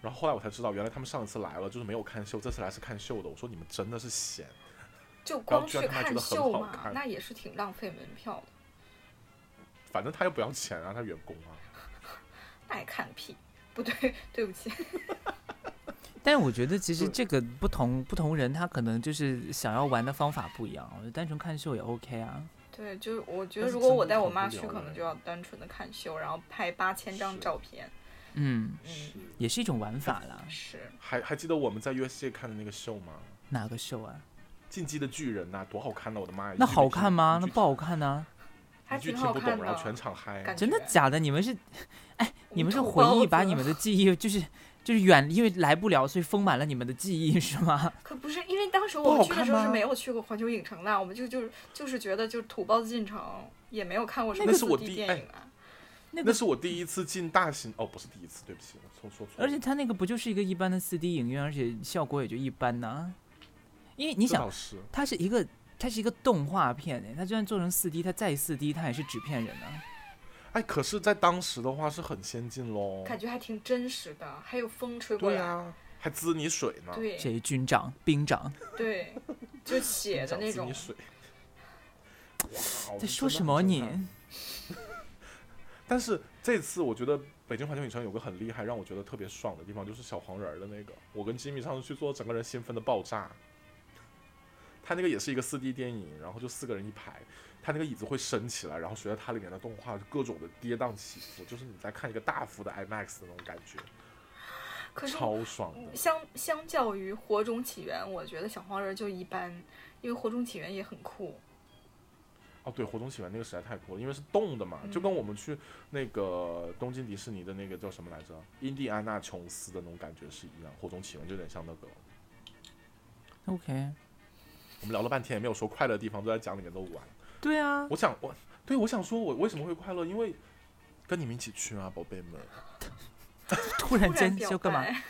Speaker 1: 然后后来我才知道，原来他们上一次来了就是没有看秀，这次来是看秀的。我说你们真的是闲，啊
Speaker 3: 就
Speaker 1: 然后
Speaker 3: 光
Speaker 1: 居然
Speaker 3: 去
Speaker 1: 他妈觉
Speaker 3: 看
Speaker 1: 得很
Speaker 3: 秀
Speaker 1: 好
Speaker 3: 嘛
Speaker 1: 看，
Speaker 3: 那也是挺浪费门票的。
Speaker 1: 反正他又不要钱啊，他员工啊。
Speaker 3: 那也看个屁！不对，对不 起，
Speaker 2: 但我觉得其实
Speaker 1: 对
Speaker 2: 这个不同不同人，他可能就是想要玩的方法不一样。我觉得单纯看秀也 OK 啊。
Speaker 3: 对，就是我觉得
Speaker 1: 但是
Speaker 3: 如果
Speaker 1: 真
Speaker 3: 我
Speaker 1: 的
Speaker 3: 带
Speaker 1: 很
Speaker 3: 我
Speaker 1: 无
Speaker 3: 妈
Speaker 1: 聊
Speaker 3: 去，可
Speaker 1: 哎
Speaker 3: 能就要单纯的看秀，然后拍八千张
Speaker 1: 是
Speaker 3: 照片。
Speaker 2: 嗯，
Speaker 3: 嗯，
Speaker 2: 也是一种玩法啦。
Speaker 3: 是
Speaker 1: 还还记得我们在 USJ 看的那个秀吗？
Speaker 2: 哪个秀啊？
Speaker 1: 《进击的巨人》呐，多好看呐！我的妈呀！
Speaker 2: 那
Speaker 1: 一句
Speaker 2: 好
Speaker 1: 没听
Speaker 2: 看吗？
Speaker 1: 一
Speaker 2: 那
Speaker 1: 句
Speaker 2: 不好看呢、
Speaker 3: 还
Speaker 1: 一句
Speaker 3: 挺
Speaker 1: 听
Speaker 3: 好
Speaker 1: 不
Speaker 3: 看
Speaker 1: 懂，
Speaker 3: 的，
Speaker 1: 然后全场嗨。
Speaker 3: 感
Speaker 2: 真的
Speaker 3: 觉
Speaker 2: 假的？你们是
Speaker 3: 我
Speaker 2: 你们是
Speaker 3: 土
Speaker 2: 回
Speaker 3: 包
Speaker 2: 忆把
Speaker 3: 子
Speaker 2: 你们的记忆就是就是远，因为来不了，所以丰满了你们的记忆是 吗？
Speaker 3: 可不是，因为当时
Speaker 1: 不
Speaker 3: 我们
Speaker 1: 好
Speaker 3: 去的
Speaker 1: 看
Speaker 3: 时候是
Speaker 1: 吗
Speaker 3: 没有去过环球影城的，我们就就是就是觉得就是土包子进城，也没有看过什么
Speaker 1: 那是我
Speaker 3: 4D
Speaker 1: 第一
Speaker 3: 电
Speaker 1: 哎
Speaker 3: 影啊。
Speaker 2: 那
Speaker 1: 那
Speaker 2: 个，
Speaker 1: 是我第一次进大型，哦，不是第一次，对不起，我说说错了。
Speaker 2: 而且它那个不就是一个一般的四 D 影院，而且效果也就一般呐、因为你
Speaker 1: 这
Speaker 2: 想，
Speaker 1: 倒是
Speaker 2: 它是一个它是一个动画片、哎，它就算做成四 D，它再四 D，它也是纸片人啊。
Speaker 1: 哎，可是，在当时的话是很先进喽。
Speaker 3: 感觉还挺真实的，还有风吹过
Speaker 1: 哦对
Speaker 3: 来，
Speaker 1: 啊，还滋你水呢，
Speaker 3: 对
Speaker 2: 谁军长、兵长
Speaker 3: 对，就血的
Speaker 1: 想
Speaker 3: 那
Speaker 1: 滋
Speaker 3: 种
Speaker 1: 你，水。哇
Speaker 2: 在说什么？你？？
Speaker 1: 哦我真的很震撼但是这次我觉得北京环球影城有个很厉害，让我觉得特别爽的地方，就是小黄人儿的那个。我跟吉米上次去做，整个人兴奋的爆炸。他那个也是一个四 D 电影，然后就四个人一排，他那个椅子会升起来，然后随着它里面的动画就各种的跌宕起伏，就是你在看一个大幅的 IMAX 的那种感觉，
Speaker 3: 可是嗯
Speaker 1: 超爽的。
Speaker 3: 相相较于《火种起源》，我觉得小黄人就一般，因为《火种起源》也很酷，
Speaker 1: 哦，对，活动起源那个实在太酷了，因为是动的嘛，就
Speaker 3: 嗯
Speaker 1: 跟我们去那个东京迪士尼的那个叫什么来着，印第安纳琼斯的那种感觉是一样。活动起源就有点像那个。
Speaker 2: ？OK，
Speaker 1: 我们聊了半天也没有说快乐的地方，都在讲里面的玩。
Speaker 2: 对啊，
Speaker 1: 我想，我对我想说，我为什么会快乐？因为跟你们一起去啊，宝贝们。
Speaker 2: 突
Speaker 3: 突
Speaker 2: 然
Speaker 3: 然
Speaker 2: 间
Speaker 3: 表
Speaker 2: 就干嘛？
Speaker 3: 白，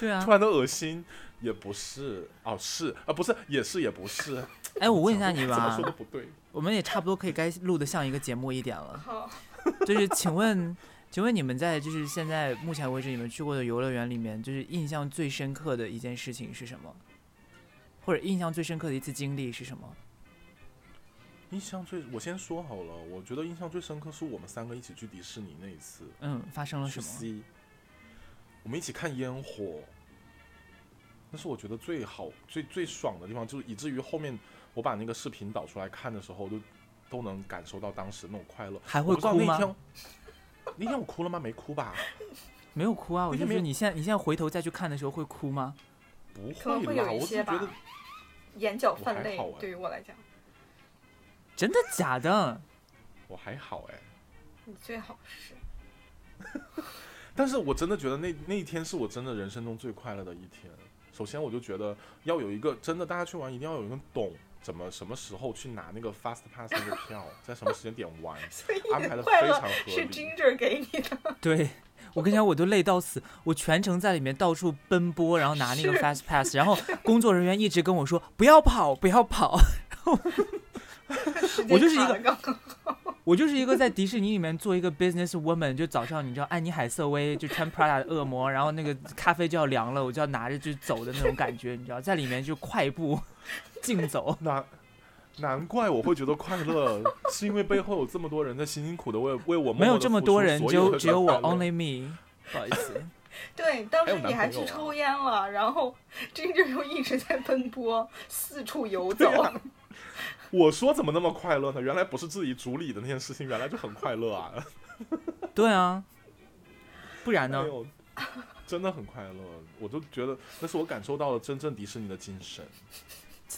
Speaker 2: 对啊
Speaker 1: 突，然的恶心也不是，哦是啊，不是也是也不是。
Speaker 2: 哎，我问一下
Speaker 1: 想
Speaker 2: 你
Speaker 1: 怎
Speaker 2: 们
Speaker 1: 么
Speaker 2: 啊
Speaker 1: 说，都不对。
Speaker 2: 我们也差不多可以该录的像一个节目一点了。
Speaker 3: 好，
Speaker 2: 就是请问，请问你们在就是现在目前为止你们去过的游乐园里面，就是印象最深刻的一件事情是什么？或者印象最深刻的一次经历是什么？
Speaker 1: 印象最，我先说好了，我觉得印象最深刻是我们三个一起去迪士尼那一次。
Speaker 2: 嗯，发生了
Speaker 1: 去
Speaker 2: 什么？
Speaker 1: C，我们一起看烟火，那是我觉得最好、最最爽的地方，就是以至于后面我把那个视频导出来看的时候，就都能感受到当时那种快乐。
Speaker 2: 还
Speaker 1: 我
Speaker 2: 会
Speaker 1: 不知道
Speaker 2: 哭
Speaker 1: 那
Speaker 2: 吗？
Speaker 1: 天，那天我哭了吗？没哭吧？
Speaker 2: 没有哭啊，我
Speaker 1: 那
Speaker 2: 就
Speaker 1: 天没
Speaker 2: 是
Speaker 1: 有
Speaker 2: 你现在你现在回头再去看的时候会哭吗？
Speaker 1: 不
Speaker 3: 可能会
Speaker 1: 啦，
Speaker 3: 有一
Speaker 1: 我只
Speaker 3: 些
Speaker 1: 是觉
Speaker 3: 吧
Speaker 1: 得
Speaker 3: 眼角
Speaker 1: 我
Speaker 3: 泛
Speaker 1: 还
Speaker 3: 泪
Speaker 1: 好哎，
Speaker 3: 对于我来讲，
Speaker 2: 真的假的？
Speaker 1: 我还好哎。
Speaker 3: 你嗯最好是
Speaker 1: 但是我真的觉得那那一天是我真的人生中最快乐的一天。首先，我就觉得要有一个真的，大家去玩一定要有一个懂怎么什么时候去拿那个 fast pass 那个票，在什么时间点玩，
Speaker 3: 所以
Speaker 1: 安
Speaker 3: 你
Speaker 1: 排
Speaker 3: 的
Speaker 1: 的
Speaker 3: 快
Speaker 1: 非
Speaker 3: 乐
Speaker 1: 常合
Speaker 3: 是
Speaker 1: 理。
Speaker 3: Ginger 给你的，
Speaker 2: 对。我跟你讲，我都累到死，我全程在里面到处奔波，然后拿那 个
Speaker 3: 是
Speaker 2: fast pass，然后工作人员一直跟我说不要跑，不要跑，
Speaker 3: 时间
Speaker 2: 我就是一
Speaker 3: 卡
Speaker 2: 个
Speaker 3: 得刚刚
Speaker 2: 我就是一个在迪士尼里面做一个 business woman，就早上你知道安妮海瑟薇就穿 Prada 的恶魔，然后那个咖啡就要凉了，我就要拿着就走的那种感觉，你知道，在里面就快步竞走。
Speaker 1: 难难怪我会觉得快 乐，是因为背后有这么多人在辛辛苦的为为 我默默地
Speaker 2: 没有这么多人，
Speaker 1: 付出
Speaker 2: 只
Speaker 1: 所以我
Speaker 2: 有
Speaker 1: 才
Speaker 2: 只有我
Speaker 1: 快乐
Speaker 2: only me。不好意思，
Speaker 3: 对，当
Speaker 1: 还有
Speaker 3: 时你
Speaker 1: 男
Speaker 3: 还
Speaker 1: 朋
Speaker 3: 去
Speaker 1: 友啊
Speaker 3: 抽烟了，然后 Ginger 又一直在奔波，四处游走。
Speaker 1: 啊我说怎么那么快乐呢？原来不是自己主理的那件事情，原来就很快乐 啊！
Speaker 2: 对啊，不然呢
Speaker 1: 哎？呦，真的很快乐，我就觉得那是我感受到了真正迪士尼的精神，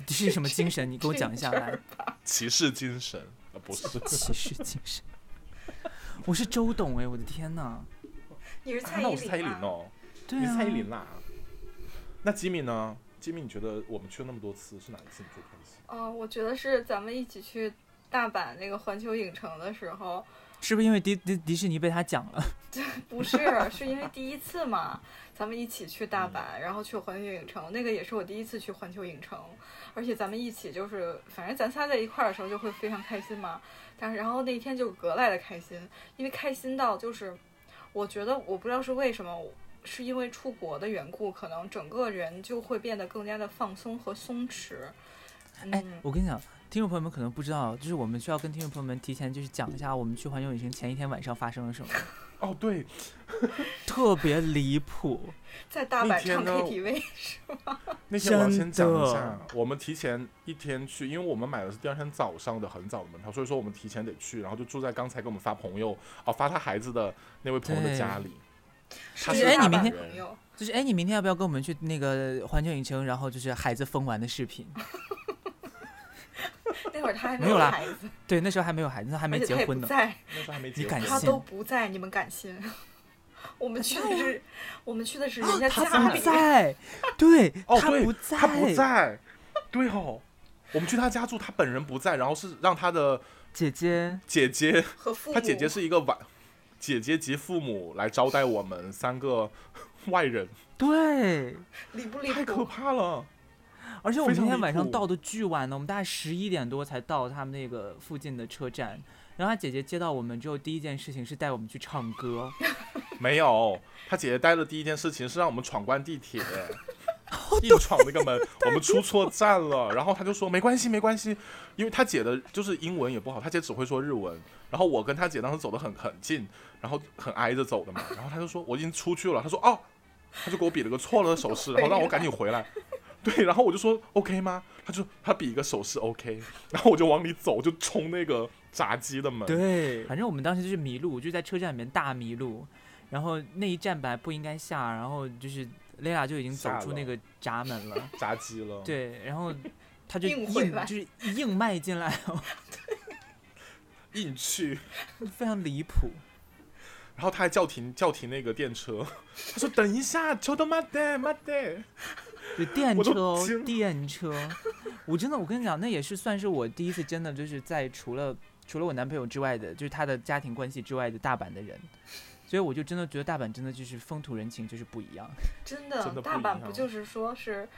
Speaker 2: 这是什么精神？你给我讲一下 来。
Speaker 1: 骑士精神啊，不是
Speaker 2: 骑士精神。我是周董哎，我的天呐。
Speaker 3: 你是
Speaker 1: 啊
Speaker 3: 蔡依林、
Speaker 1: 那
Speaker 3: 啊？
Speaker 1: 我是蔡依林哦，
Speaker 2: 对
Speaker 1: 你
Speaker 2: 啊
Speaker 1: 是，蔡依林啦。那吉米呢？吉米，你觉得我们去了那么多次，是哪一次你最开心？
Speaker 3: 呃，我觉得是咱们一起去大阪那个环球影城的时候，
Speaker 2: 是不是因为迪迪迪士尼被他讲了？
Speaker 3: 不是，是因为第一次嘛，咱们一起去大阪，
Speaker 2: 嗯
Speaker 3: 然后去环球影城，那个也是我第一次去环球影城，而且咱们一起就是，反正咱仨在一块儿的时候就会非常开心嘛。但是然后那天就格外的开心，因为开心到就是，我觉得我不知道是为什么，是因为出国的缘故，可能整个人就会变得更加的放松和松弛。
Speaker 2: 哎
Speaker 3: 嗯，，
Speaker 2: 我跟你讲，听众朋友们可能不知道，就是我们需要跟听众朋友们提前就是讲一下，我们去环球影城前一天晚上发生了 什么，
Speaker 1: 哦，对，
Speaker 2: 特别离谱。
Speaker 3: 在大
Speaker 1: 那
Speaker 3: 阪
Speaker 1: 天
Speaker 3: 唱
Speaker 1: 呢
Speaker 3: KTV，
Speaker 1: 那天我要先讲一
Speaker 2: 真
Speaker 1: 下，我们提前一天去，因为我们买的是第二天早上的很早的门票，所以说我们提前得去，然后就住在刚才给我们发朋友哦发他孩子的那位朋友的
Speaker 2: 对
Speaker 1: 家里。
Speaker 3: 是
Speaker 1: 他
Speaker 2: 是
Speaker 1: 是
Speaker 2: 哎你
Speaker 3: 大
Speaker 2: 明
Speaker 3: 阪
Speaker 2: 天
Speaker 3: 朋友，
Speaker 2: 就是哎，你明天要不要跟我们去那个环球影城，然后就是孩子疯玩的视频？
Speaker 3: 那会儿他还
Speaker 2: 没有啦
Speaker 3: 孩子，
Speaker 2: 对，那时候还没有孩子，还没
Speaker 3: 而且
Speaker 2: 结
Speaker 3: 他也不
Speaker 2: 婚呢。
Speaker 3: 在，
Speaker 1: 那时候还没结
Speaker 2: 敢
Speaker 1: 婚，
Speaker 3: 他
Speaker 2: 信
Speaker 3: 都不在，你们敢信？我们去的是，我们去的是人家
Speaker 2: 啊他
Speaker 3: 家
Speaker 2: 不
Speaker 3: 里，
Speaker 2: 在，啊对，
Speaker 1: 哦
Speaker 2: 他
Speaker 1: 对
Speaker 2: 不在，
Speaker 1: 他不在，对哦，我们去他家住，他本人不在，然后是让他的
Speaker 2: 姐姐
Speaker 1: 姐姐，
Speaker 3: 和父母，
Speaker 1: 他姐姐是一个晚姐姐及父母来招待我们三个外人，
Speaker 2: 对，
Speaker 3: 离不 离
Speaker 1: 太可
Speaker 3: 谱？
Speaker 1: 怕了。
Speaker 2: 而且我们
Speaker 1: 非常
Speaker 2: 那天
Speaker 1: 离
Speaker 2: 晚上
Speaker 1: 谱
Speaker 2: 到的巨晚呢，我们大概十一点多才到他们那个附近的车站。然后他姐姐接到我们之后，第一件事情是带我们去唱歌，
Speaker 1: 没有，他姐姐待的第一件事情是让我们闯关地 铁，硬闯那个门，我们出错站了。然后他就说没关系，没关系，因为他姐的就是英文也不好，他姐只会说日文。然后我跟他姐当时走得很很近，然后很挨着走的嘛。然后他就说我已经出去了，他说哦，他就给我比了个错了的手势，然后让我赶紧回来。对，然后我就说 OK 吗？他就他比一个手势 OK，然后我就往里走，就冲那个闸机的门。
Speaker 2: 对，反正我们当时就是迷路，就在车站里面大迷路。然后那一站本来不应该下，然后就是蕾拉就已经走
Speaker 1: 下
Speaker 2: 出那
Speaker 1: 了
Speaker 2: 个闸门 了，
Speaker 1: 闸机了。
Speaker 2: 对，然后他就
Speaker 3: 硬
Speaker 2: 硬
Speaker 3: 回来
Speaker 2: 就是硬迈进来，
Speaker 1: 硬去。
Speaker 2: 非常离谱。
Speaker 1: 然后他还叫停叫停那个电车， 他说等一下，求的妈的妈的，
Speaker 2: 就电
Speaker 1: 我都
Speaker 2: 车哦
Speaker 1: 惊，了
Speaker 2: 电车， 我真的，我跟你讲，那也是算是我第一次真的就是在除了除了我男朋友之外的，就是他的家庭关系之外的大阪的人，所以我就真的觉得大阪真的就是风土人情就是不一样。
Speaker 3: 真的，
Speaker 1: 真的不
Speaker 3: 大
Speaker 1: 一
Speaker 3: 阪
Speaker 1: 样
Speaker 3: 不就是说是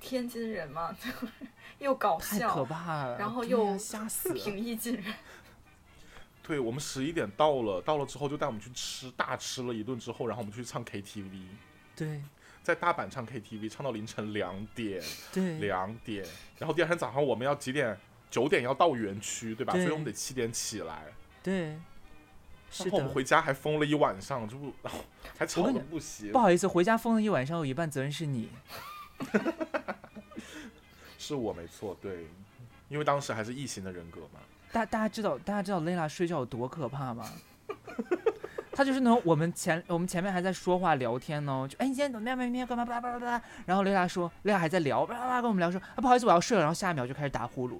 Speaker 3: 天津人嘛，就是 又搞
Speaker 2: 太可
Speaker 3: 笑，啊
Speaker 2: 怕了，
Speaker 3: 然后
Speaker 2: 对
Speaker 3: 又
Speaker 2: 呀吓死了
Speaker 3: 平易近人。
Speaker 1: 对我们十一点到了，到了之后就带我们去吃，大吃了一顿之后，然后我们去唱 KTV，
Speaker 2: 对
Speaker 1: 在大阪唱 KTV 唱到凌晨两点，
Speaker 2: 对
Speaker 1: 两点，然后第二天早上我们要几点？九点要到园区，对吧？
Speaker 2: 对
Speaker 1: 所以我们得七点起来。
Speaker 2: 对，是
Speaker 1: 然后我们
Speaker 2: 的。
Speaker 1: 回家还疯了一晚上，就不 还吵
Speaker 2: 我跟你
Speaker 1: 得不行
Speaker 2: 不。好意思，回家疯了一晚上，有一半责任是你。
Speaker 1: 是我没错，对，因为当时还是异形的人格嘛。
Speaker 2: 大大家知道，大家知道蕾拉睡觉有多可怕吗？ 她就是那种我们前我们前面还在说话聊天呢，就哎你今天怎么样？明天干嘛？巴拉巴拉巴拉。然后蕾拉说，蕾拉还在聊，巴拉巴拉跟我们聊说啊不好意思我要睡了，然后下一秒就开始打呼噜，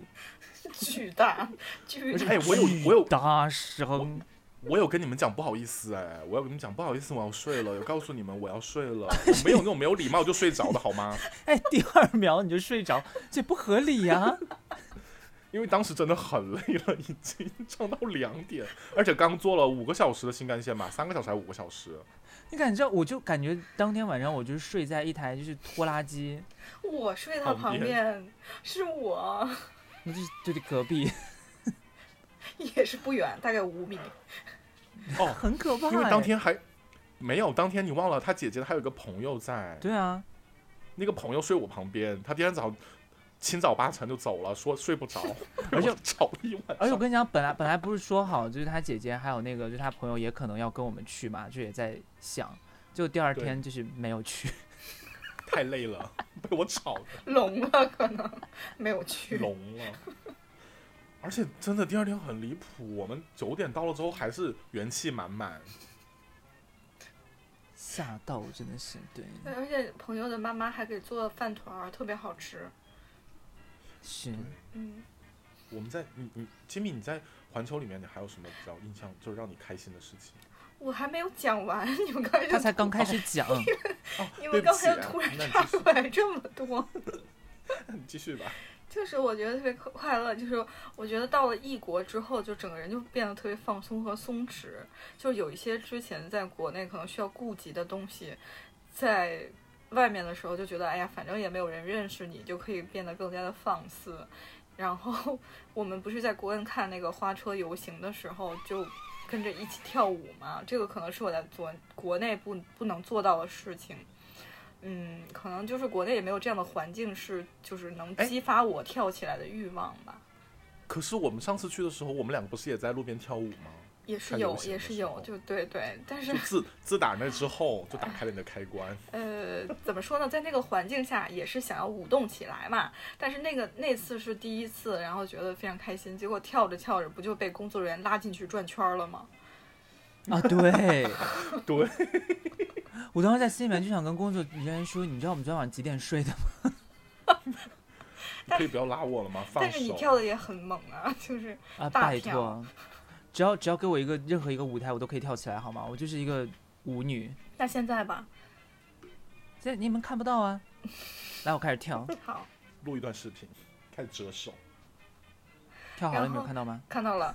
Speaker 3: 巨大，巨
Speaker 1: 而且
Speaker 3: 大，
Speaker 1: 哎我有我有
Speaker 2: 大声，
Speaker 1: 我有跟你们讲不好意思哎，我有跟你们讲不好意思，我要睡 了，有告诉你们我要睡了，我没有那种没有礼貌就睡着的好吗？
Speaker 2: 哎第二秒你就睡着，这不合理呀、
Speaker 1: 因为当时真的很累了，已经唱到两点，而且刚坐了五个小时的新干线吧，三个小时还是五个小时，
Speaker 2: 你感觉我就感觉当天晚上我就是睡在一台就是拖拉机，
Speaker 3: 我睡他旁
Speaker 1: 旁
Speaker 3: 边，是我，
Speaker 2: 那就是就是隔壁，
Speaker 3: 也是不远，大概五米。
Speaker 2: 很可怕、
Speaker 1: 因为当
Speaker 2: 哎
Speaker 1: 天还没有，当天你忘了他姐姐还有一个朋友在，
Speaker 2: 对啊，
Speaker 1: 那个朋友睡我旁边，他第二天早上清早八晨就走了，说睡不着，
Speaker 2: 而 且
Speaker 1: 然后吵了一晚
Speaker 2: 而且我
Speaker 1: 上，
Speaker 2: 跟你讲，本来本来不是说好，就是他姐姐还有那个，就是他朋友也可能要跟我们去嘛，就也在想，就第二
Speaker 1: 对
Speaker 2: 天就是没有去，
Speaker 1: 太累了，被我吵的。
Speaker 3: 聋了，可能没有去。
Speaker 1: 聋了。 而且真的第二天很离谱，我们九点到了之后还是元气满满，
Speaker 2: 吓到我真的是对，
Speaker 3: 对而且朋友的妈妈还给做了饭团儿，特别好吃。
Speaker 2: 是
Speaker 3: 嗯，
Speaker 1: 我们在你你吉米你在环球里面你还有什么比较印象就是让你开心的事 情？
Speaker 3: 我还没有讲完，你们刚才
Speaker 2: 他
Speaker 3: 就
Speaker 2: 才刚开始讲，
Speaker 3: 哎
Speaker 1: 哦，
Speaker 3: 你
Speaker 1: 对
Speaker 3: 们
Speaker 1: 不
Speaker 3: 刚
Speaker 1: 起
Speaker 3: 才
Speaker 1: 啊
Speaker 3: 就突然
Speaker 1: 那你
Speaker 3: 插
Speaker 1: 继
Speaker 3: 过来这么多，
Speaker 1: 续你继续 吧。
Speaker 3: 就是我觉得特别快快乐，就是我觉得到了异国之后，就整个人就变得特别放松和松弛，就是有一些之前在国内可能需要顾及的东西，在外面的时候就觉得，哎呀，反正也没有人认识你，就可以变得更加的放 肆。然后我们不是在国外看那个花车游行的时候，就跟着一起跳舞嘛，这个可能是我在国国内不不能做到的事情。嗯，可能就是国内也没有这样的环境，是就是能
Speaker 1: 哎
Speaker 3: 激发我跳起来的欲望吧。
Speaker 1: 可是我们上次去的时候，我们两个不是也在路边跳舞吗？
Speaker 3: 也是
Speaker 1: 看
Speaker 3: 有
Speaker 1: 流，行
Speaker 3: 也
Speaker 1: 的
Speaker 3: 是
Speaker 1: 时
Speaker 3: 有
Speaker 1: 候，
Speaker 3: 就对对，但是
Speaker 1: 就自自打那之后，就打开了你的开 关。
Speaker 3: 呃，怎么说呢，在那个环境下也是想要舞动起来嘛。但是那个那次是第一次，然后觉得非常开心，结果跳着跳着不就被工作人员拉进去转圈儿了吗？
Speaker 2: 啊， 对
Speaker 1: 对，
Speaker 2: 我当时在心里面就想跟工作人员说，你知道我们昨天晚上几点睡的吗？
Speaker 1: 你可以不要拉我了吗？放
Speaker 3: 但是你
Speaker 1: 手。
Speaker 3: 跳的也很猛啊，就是
Speaker 2: 啊，
Speaker 3: 大
Speaker 2: 拜
Speaker 3: 跳
Speaker 2: 托，只要只要给我一个任何一个舞台，我都可以跳起来，好吗？我就是一个舞女，
Speaker 3: 那现 在吧，
Speaker 2: 现在你们看不到啊。来，我开始跳，
Speaker 3: 好，
Speaker 1: 录一段视频，开始折手。
Speaker 2: 跳好了，
Speaker 3: 然
Speaker 2: 你们有
Speaker 3: 后
Speaker 2: 看到吗？
Speaker 3: 看到了。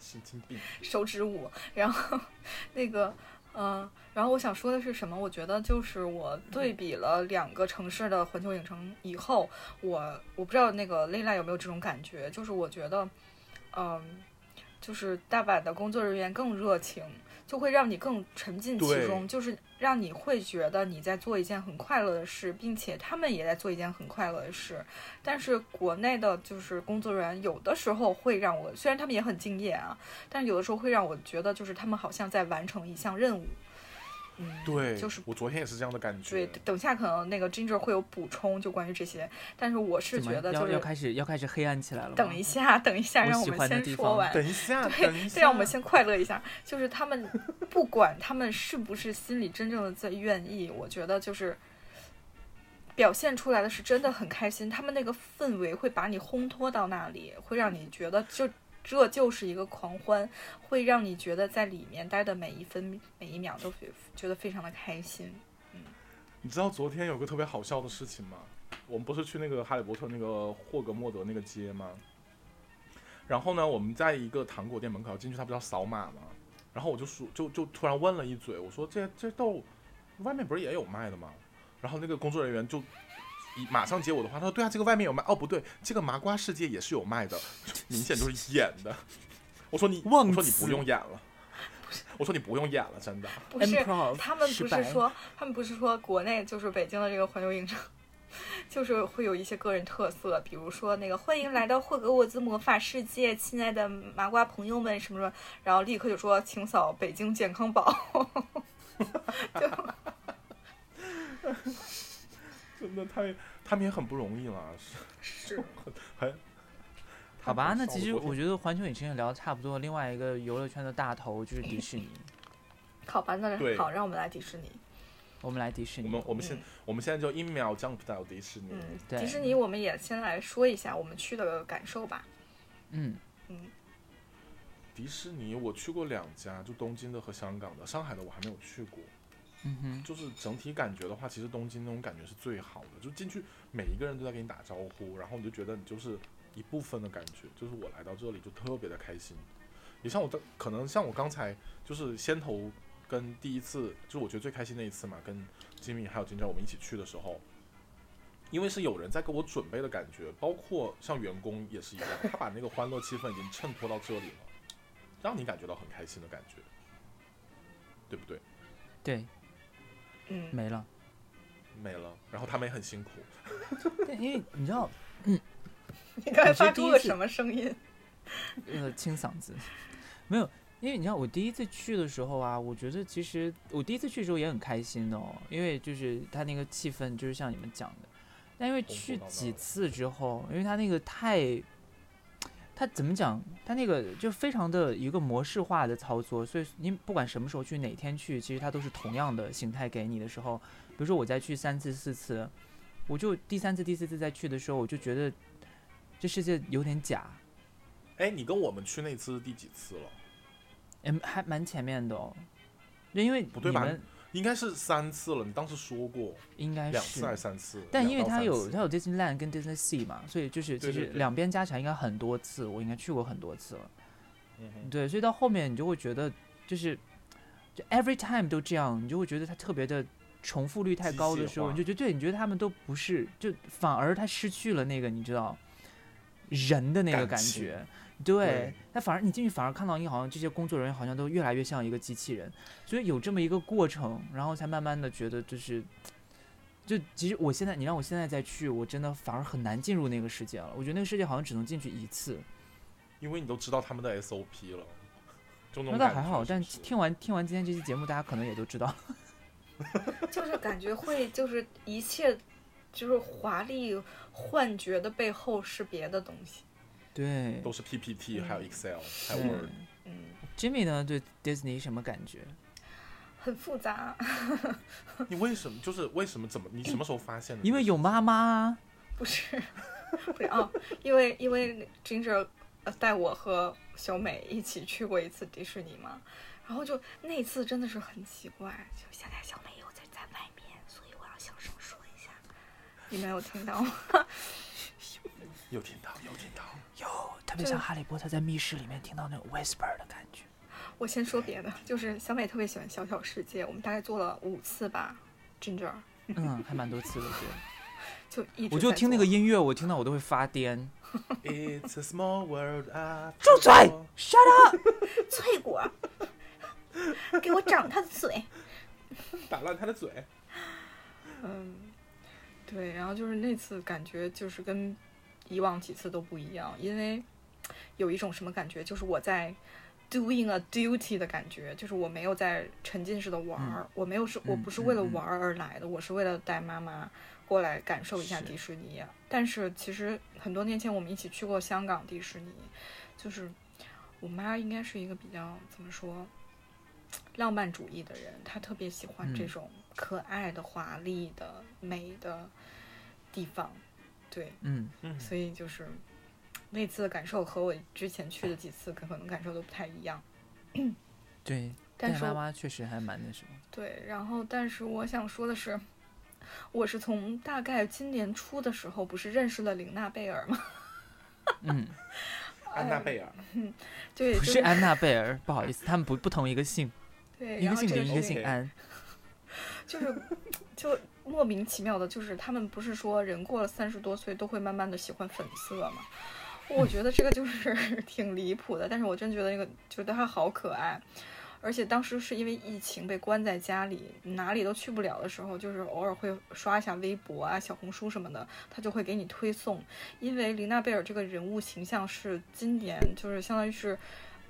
Speaker 1: 神经病。
Speaker 3: 手指舞，然后那个，嗯、然后我想说的是什么？我觉得就是我对比了两个城市的环球影城以后，我我不知道那个 l 拉有没有这种感觉，就是我觉得，嗯、就是大阪的工作人员更热情，就会让你更沉浸其
Speaker 1: 对
Speaker 3: 中，就是让你会觉得你在做一件很快乐的事，并且他们也在做一件很快乐的事。但是国内的就是工作人员有的时候会让我，虽然他们也很敬业啊，但是有的时候会让我觉得就是他们好像在完成一项任务。嗯，
Speaker 1: 对，
Speaker 3: 就是
Speaker 1: 我昨天也是这样的感
Speaker 3: 对
Speaker 1: 觉。，
Speaker 3: 等一下可能那个 Ginger 会有补充，就关于这些，但是我是
Speaker 2: 怎么
Speaker 3: 觉得就
Speaker 2: 要要
Speaker 3: 是
Speaker 2: 开始要开始黑暗起来了吗？
Speaker 3: 等一下，等一下，
Speaker 2: 我
Speaker 3: 让
Speaker 2: 喜
Speaker 3: 们
Speaker 2: 欢的
Speaker 3: 先
Speaker 2: 地
Speaker 3: 说
Speaker 2: 方
Speaker 3: 完。
Speaker 1: 等一下，等一下。
Speaker 3: 对，让我们先快乐一下。就是他们不管他们是不是心里真正的在愿意，我觉得就是表现出来的是真的很开心。他们那个氛围会把你烘托到那里，会让你觉得就这就是一个狂欢，会让你觉得在里面待的每一分每一秒都觉觉得非常的开心。
Speaker 1: 你知道昨天有个特别好笑的事情吗？我们不是去那个哈利波特那个霍格莫德那个街吗？然后呢，我们在一个糖果店门口进去，他不是要扫码吗？然后我就说，就就突然问了一嘴，我说这这豆外面不是也有卖的吗？然后那个工作人员就一马上接我的话，他说对啊，这个外面有卖。哦，不对，这个麻瓜世界也是有卖的，明显就是演的。我说你，
Speaker 2: 忘
Speaker 1: 我说你
Speaker 2: 词
Speaker 1: 不用演 了，我说你不用演了，真的。
Speaker 3: 不是
Speaker 2: improv
Speaker 3: 他们
Speaker 2: 失
Speaker 3: 不
Speaker 2: 败
Speaker 3: 是说，他们不是说国内就是北京的这个环球影城， 就是会有一些个人特色，比如说那个欢迎来到霍格沃兹魔法世界，亲爱的麻瓜朋友们什么什么，然后立刻就说请扫北京健康宝，
Speaker 1: 真的太，他们也很不容易了，是
Speaker 3: 是
Speaker 1: 很。
Speaker 2: 好吧，那其实我
Speaker 1: 觉
Speaker 2: 觉得环球影城也聊得差不多。另外一个游乐圈的大头就是迪士尼，
Speaker 3: 好吧，那
Speaker 1: 对
Speaker 3: 好，让我们来迪士尼，
Speaker 2: 我们来迪士
Speaker 1: 我
Speaker 2: 尼
Speaker 1: 们。我们现、
Speaker 3: 嗯
Speaker 1: 我们现在就一秒 jump 到迪士尼。
Speaker 3: 嗯，
Speaker 2: 对
Speaker 3: 迪士尼我们也先来说一下我们去的感受吧，
Speaker 2: 嗯，
Speaker 1: 迪士尼我去过两家，就东京的和香港的，上海的我还没有去过。
Speaker 2: 嗯哼，
Speaker 1: 就是整体感觉的话，其实东京那种感觉是最好的，就进去每一个人都在给你打招呼，然后你就觉得你就是一部分的感觉。就是我来到这里就特别的开心，也像我的可能像我刚才就是先头跟第一次，就是我觉得最开心那一次嘛，跟吉米还有金娇我们一起去的时候。因为是有人在给我准备的感觉，包括像员工也是一样，他把那个欢乐气氛已经衬托到这里了，让你感觉到很开心的感觉，对不对？
Speaker 2: 对，
Speaker 3: 嗯，
Speaker 2: 没了。
Speaker 1: 没了，然后他们也很辛苦。
Speaker 2: 但因为你知道，
Speaker 3: 你刚才
Speaker 2: 我觉得
Speaker 3: 发
Speaker 2: 第
Speaker 3: 出
Speaker 2: 一
Speaker 3: 了
Speaker 2: 次
Speaker 3: 什么声音？
Speaker 2: 呃，清嗓子，没有，因为你知道我第一次去的时候啊，我觉得其实我第一次去的时候也很开心哦，因为就是它那个气氛就是像你们讲的，但因为
Speaker 1: 红
Speaker 2: 去
Speaker 1: 红
Speaker 2: 几
Speaker 1: 闹闹
Speaker 2: 次之后，因为它那个太，它怎么讲，它那个就非常的一个模式化的操作，所以你不管什么时候去，哪天去，其实它都是同样的形态给你的时候，比如说我再去三次四次，我就第三次第四次再去的时候，我就觉得这世界有点假。
Speaker 1: 哎，你跟我们去那次第几次了？
Speaker 2: 也还蛮前面的哦，对，因为
Speaker 1: 不
Speaker 2: 你
Speaker 1: 对吧
Speaker 2: 们
Speaker 1: 应该是三次了，你当时说过
Speaker 2: 应该
Speaker 1: 两次还
Speaker 2: 哎是
Speaker 1: 是，三次？
Speaker 2: 但
Speaker 1: 两
Speaker 2: 因为
Speaker 1: 到
Speaker 2: 它
Speaker 1: 三
Speaker 2: 有
Speaker 1: 次
Speaker 2: 它有 Disneyland 跟 Disney Sea 嘛，所以就是
Speaker 1: 对
Speaker 2: 其
Speaker 1: 对
Speaker 2: 实
Speaker 1: 对
Speaker 2: 两边加起来应该很多次，我应该去过很多次了。
Speaker 1: 嗯哼
Speaker 2: 对，所以到后面你就会觉得就是就 every time 都这样，你就会觉得它特别的重复率太
Speaker 1: 机
Speaker 2: 高的
Speaker 1: 械
Speaker 2: 时候，
Speaker 1: 化
Speaker 2: 你就觉得对，你觉得他们都不是，就反而它失去了那个你知道人的那个
Speaker 1: 感
Speaker 2: 感
Speaker 1: 情
Speaker 2: 觉。对
Speaker 1: 对，
Speaker 2: 那反而你进去反而看到你好像这些工作人员好像都越来越像一个机器人，所以有这么一个过程，然后才慢慢的觉得就是，就其实我现在你让我现在再去，我真的反而很难进入那个世界了。我觉得那个世界好像只能进去一次，
Speaker 1: 因为你都知道他们的 SOP 了，就那种
Speaker 2: 那倒
Speaker 1: 感
Speaker 2: 还
Speaker 1: 觉
Speaker 2: 好。
Speaker 1: 是
Speaker 2: 但
Speaker 1: 不是
Speaker 2: 听完听完今天这期节目，大家可能也都 知道，
Speaker 3: 就是感觉会就是一切就是华丽幻觉的背后是别的东西。
Speaker 2: 对
Speaker 1: 都是 PPT，还有
Speaker 2: 嗯
Speaker 1: Excel，还有
Speaker 2: 对
Speaker 1: Word，
Speaker 3: 嗯，
Speaker 2: Jimmy 呢对 Disney 什么感觉？
Speaker 3: 很复杂，啊
Speaker 1: 你为什么就是为什么怎么你什么时候发现的？
Speaker 2: 因为有妈妈啊，
Speaker 3: 不是，不是哦，因为因为 Ginger 呃带我和小美一起去过一次迪士尼嘛，然后就那一次真的是很奇怪，就现在小美又在在外面，所以我要小声说一下，你没有听到吗？
Speaker 1: 有听到有听到，
Speaker 2: 有特别
Speaker 3: 对
Speaker 2: 像哈利波特在密室里面听到那种 whisper 的感觉。
Speaker 3: 我先说别的，就是小美特别喜欢《小小世界》，我们大概做了五次吧，Ginger
Speaker 2: 嗯，还蛮多次的，对。
Speaker 3: 就一直
Speaker 2: 我就
Speaker 3: 在
Speaker 2: 听那
Speaker 3: 做
Speaker 2: 个音乐，我听到我都会发癫。
Speaker 1: It's a small world after
Speaker 2: 住嘴
Speaker 1: all
Speaker 2: ！Shut up！
Speaker 3: 脆果，给我长他的嘴。
Speaker 1: 打烂他的嘴。
Speaker 3: 嗯，对，然后就是那次感觉就是跟以往几次都不一样，因为有一种什么感觉，就是我在 doing a duty 的感觉，就是我没有在沉浸式的玩儿，我没有是我
Speaker 2: 嗯
Speaker 3: 不是
Speaker 2: 嗯
Speaker 3: 为了
Speaker 2: 嗯
Speaker 3: 玩儿而来的，我是为了带妈妈过来感受一下
Speaker 2: 是
Speaker 3: 迪士尼。但是其实很多年前我们一起去过香港迪士尼，就是我妈应该是一个比较怎么说，浪漫主义的人，她特别喜欢这
Speaker 2: 嗯
Speaker 3: 种可爱的、华丽的、美的地方。对，
Speaker 2: 嗯，
Speaker 1: 嗯，
Speaker 3: 所以就是那次的感受和我之前去的几次可能感受都不太一样。
Speaker 2: 对，
Speaker 3: 但
Speaker 2: 带
Speaker 3: 是
Speaker 2: 妈
Speaker 3: 我
Speaker 2: 妈确实还蛮那 什么。
Speaker 3: 对，然后但是我想说的是，我是从大概今年初的时候，不是认识了玲娜贝尔吗？
Speaker 2: 嗯，
Speaker 1: 安娜贝尔，
Speaker 3: 对，
Speaker 2: 不
Speaker 3: 就是
Speaker 2: 安娜贝尔，不好意思，他们不不同一个姓，
Speaker 3: 对，
Speaker 2: 一
Speaker 3: 然
Speaker 2: 个
Speaker 3: 后
Speaker 2: 姓
Speaker 3: 这
Speaker 2: 林，
Speaker 3: 个
Speaker 2: 一个
Speaker 3: 是
Speaker 2: 姓安。
Speaker 3: 就是就莫名其妙的，就是他们不是说人过了三十多岁都会慢慢的喜欢粉色嘛？我觉得这个就是 挺离谱的，但是我真觉得那个觉得他好可爱，而且当时是因为疫情被关在家里，哪里都去不了的时候，就是偶尔会刷一下微博啊、小红书什么的，他就会给你推送。因为林娜贝尔这个人物形象是今年就是相当于是，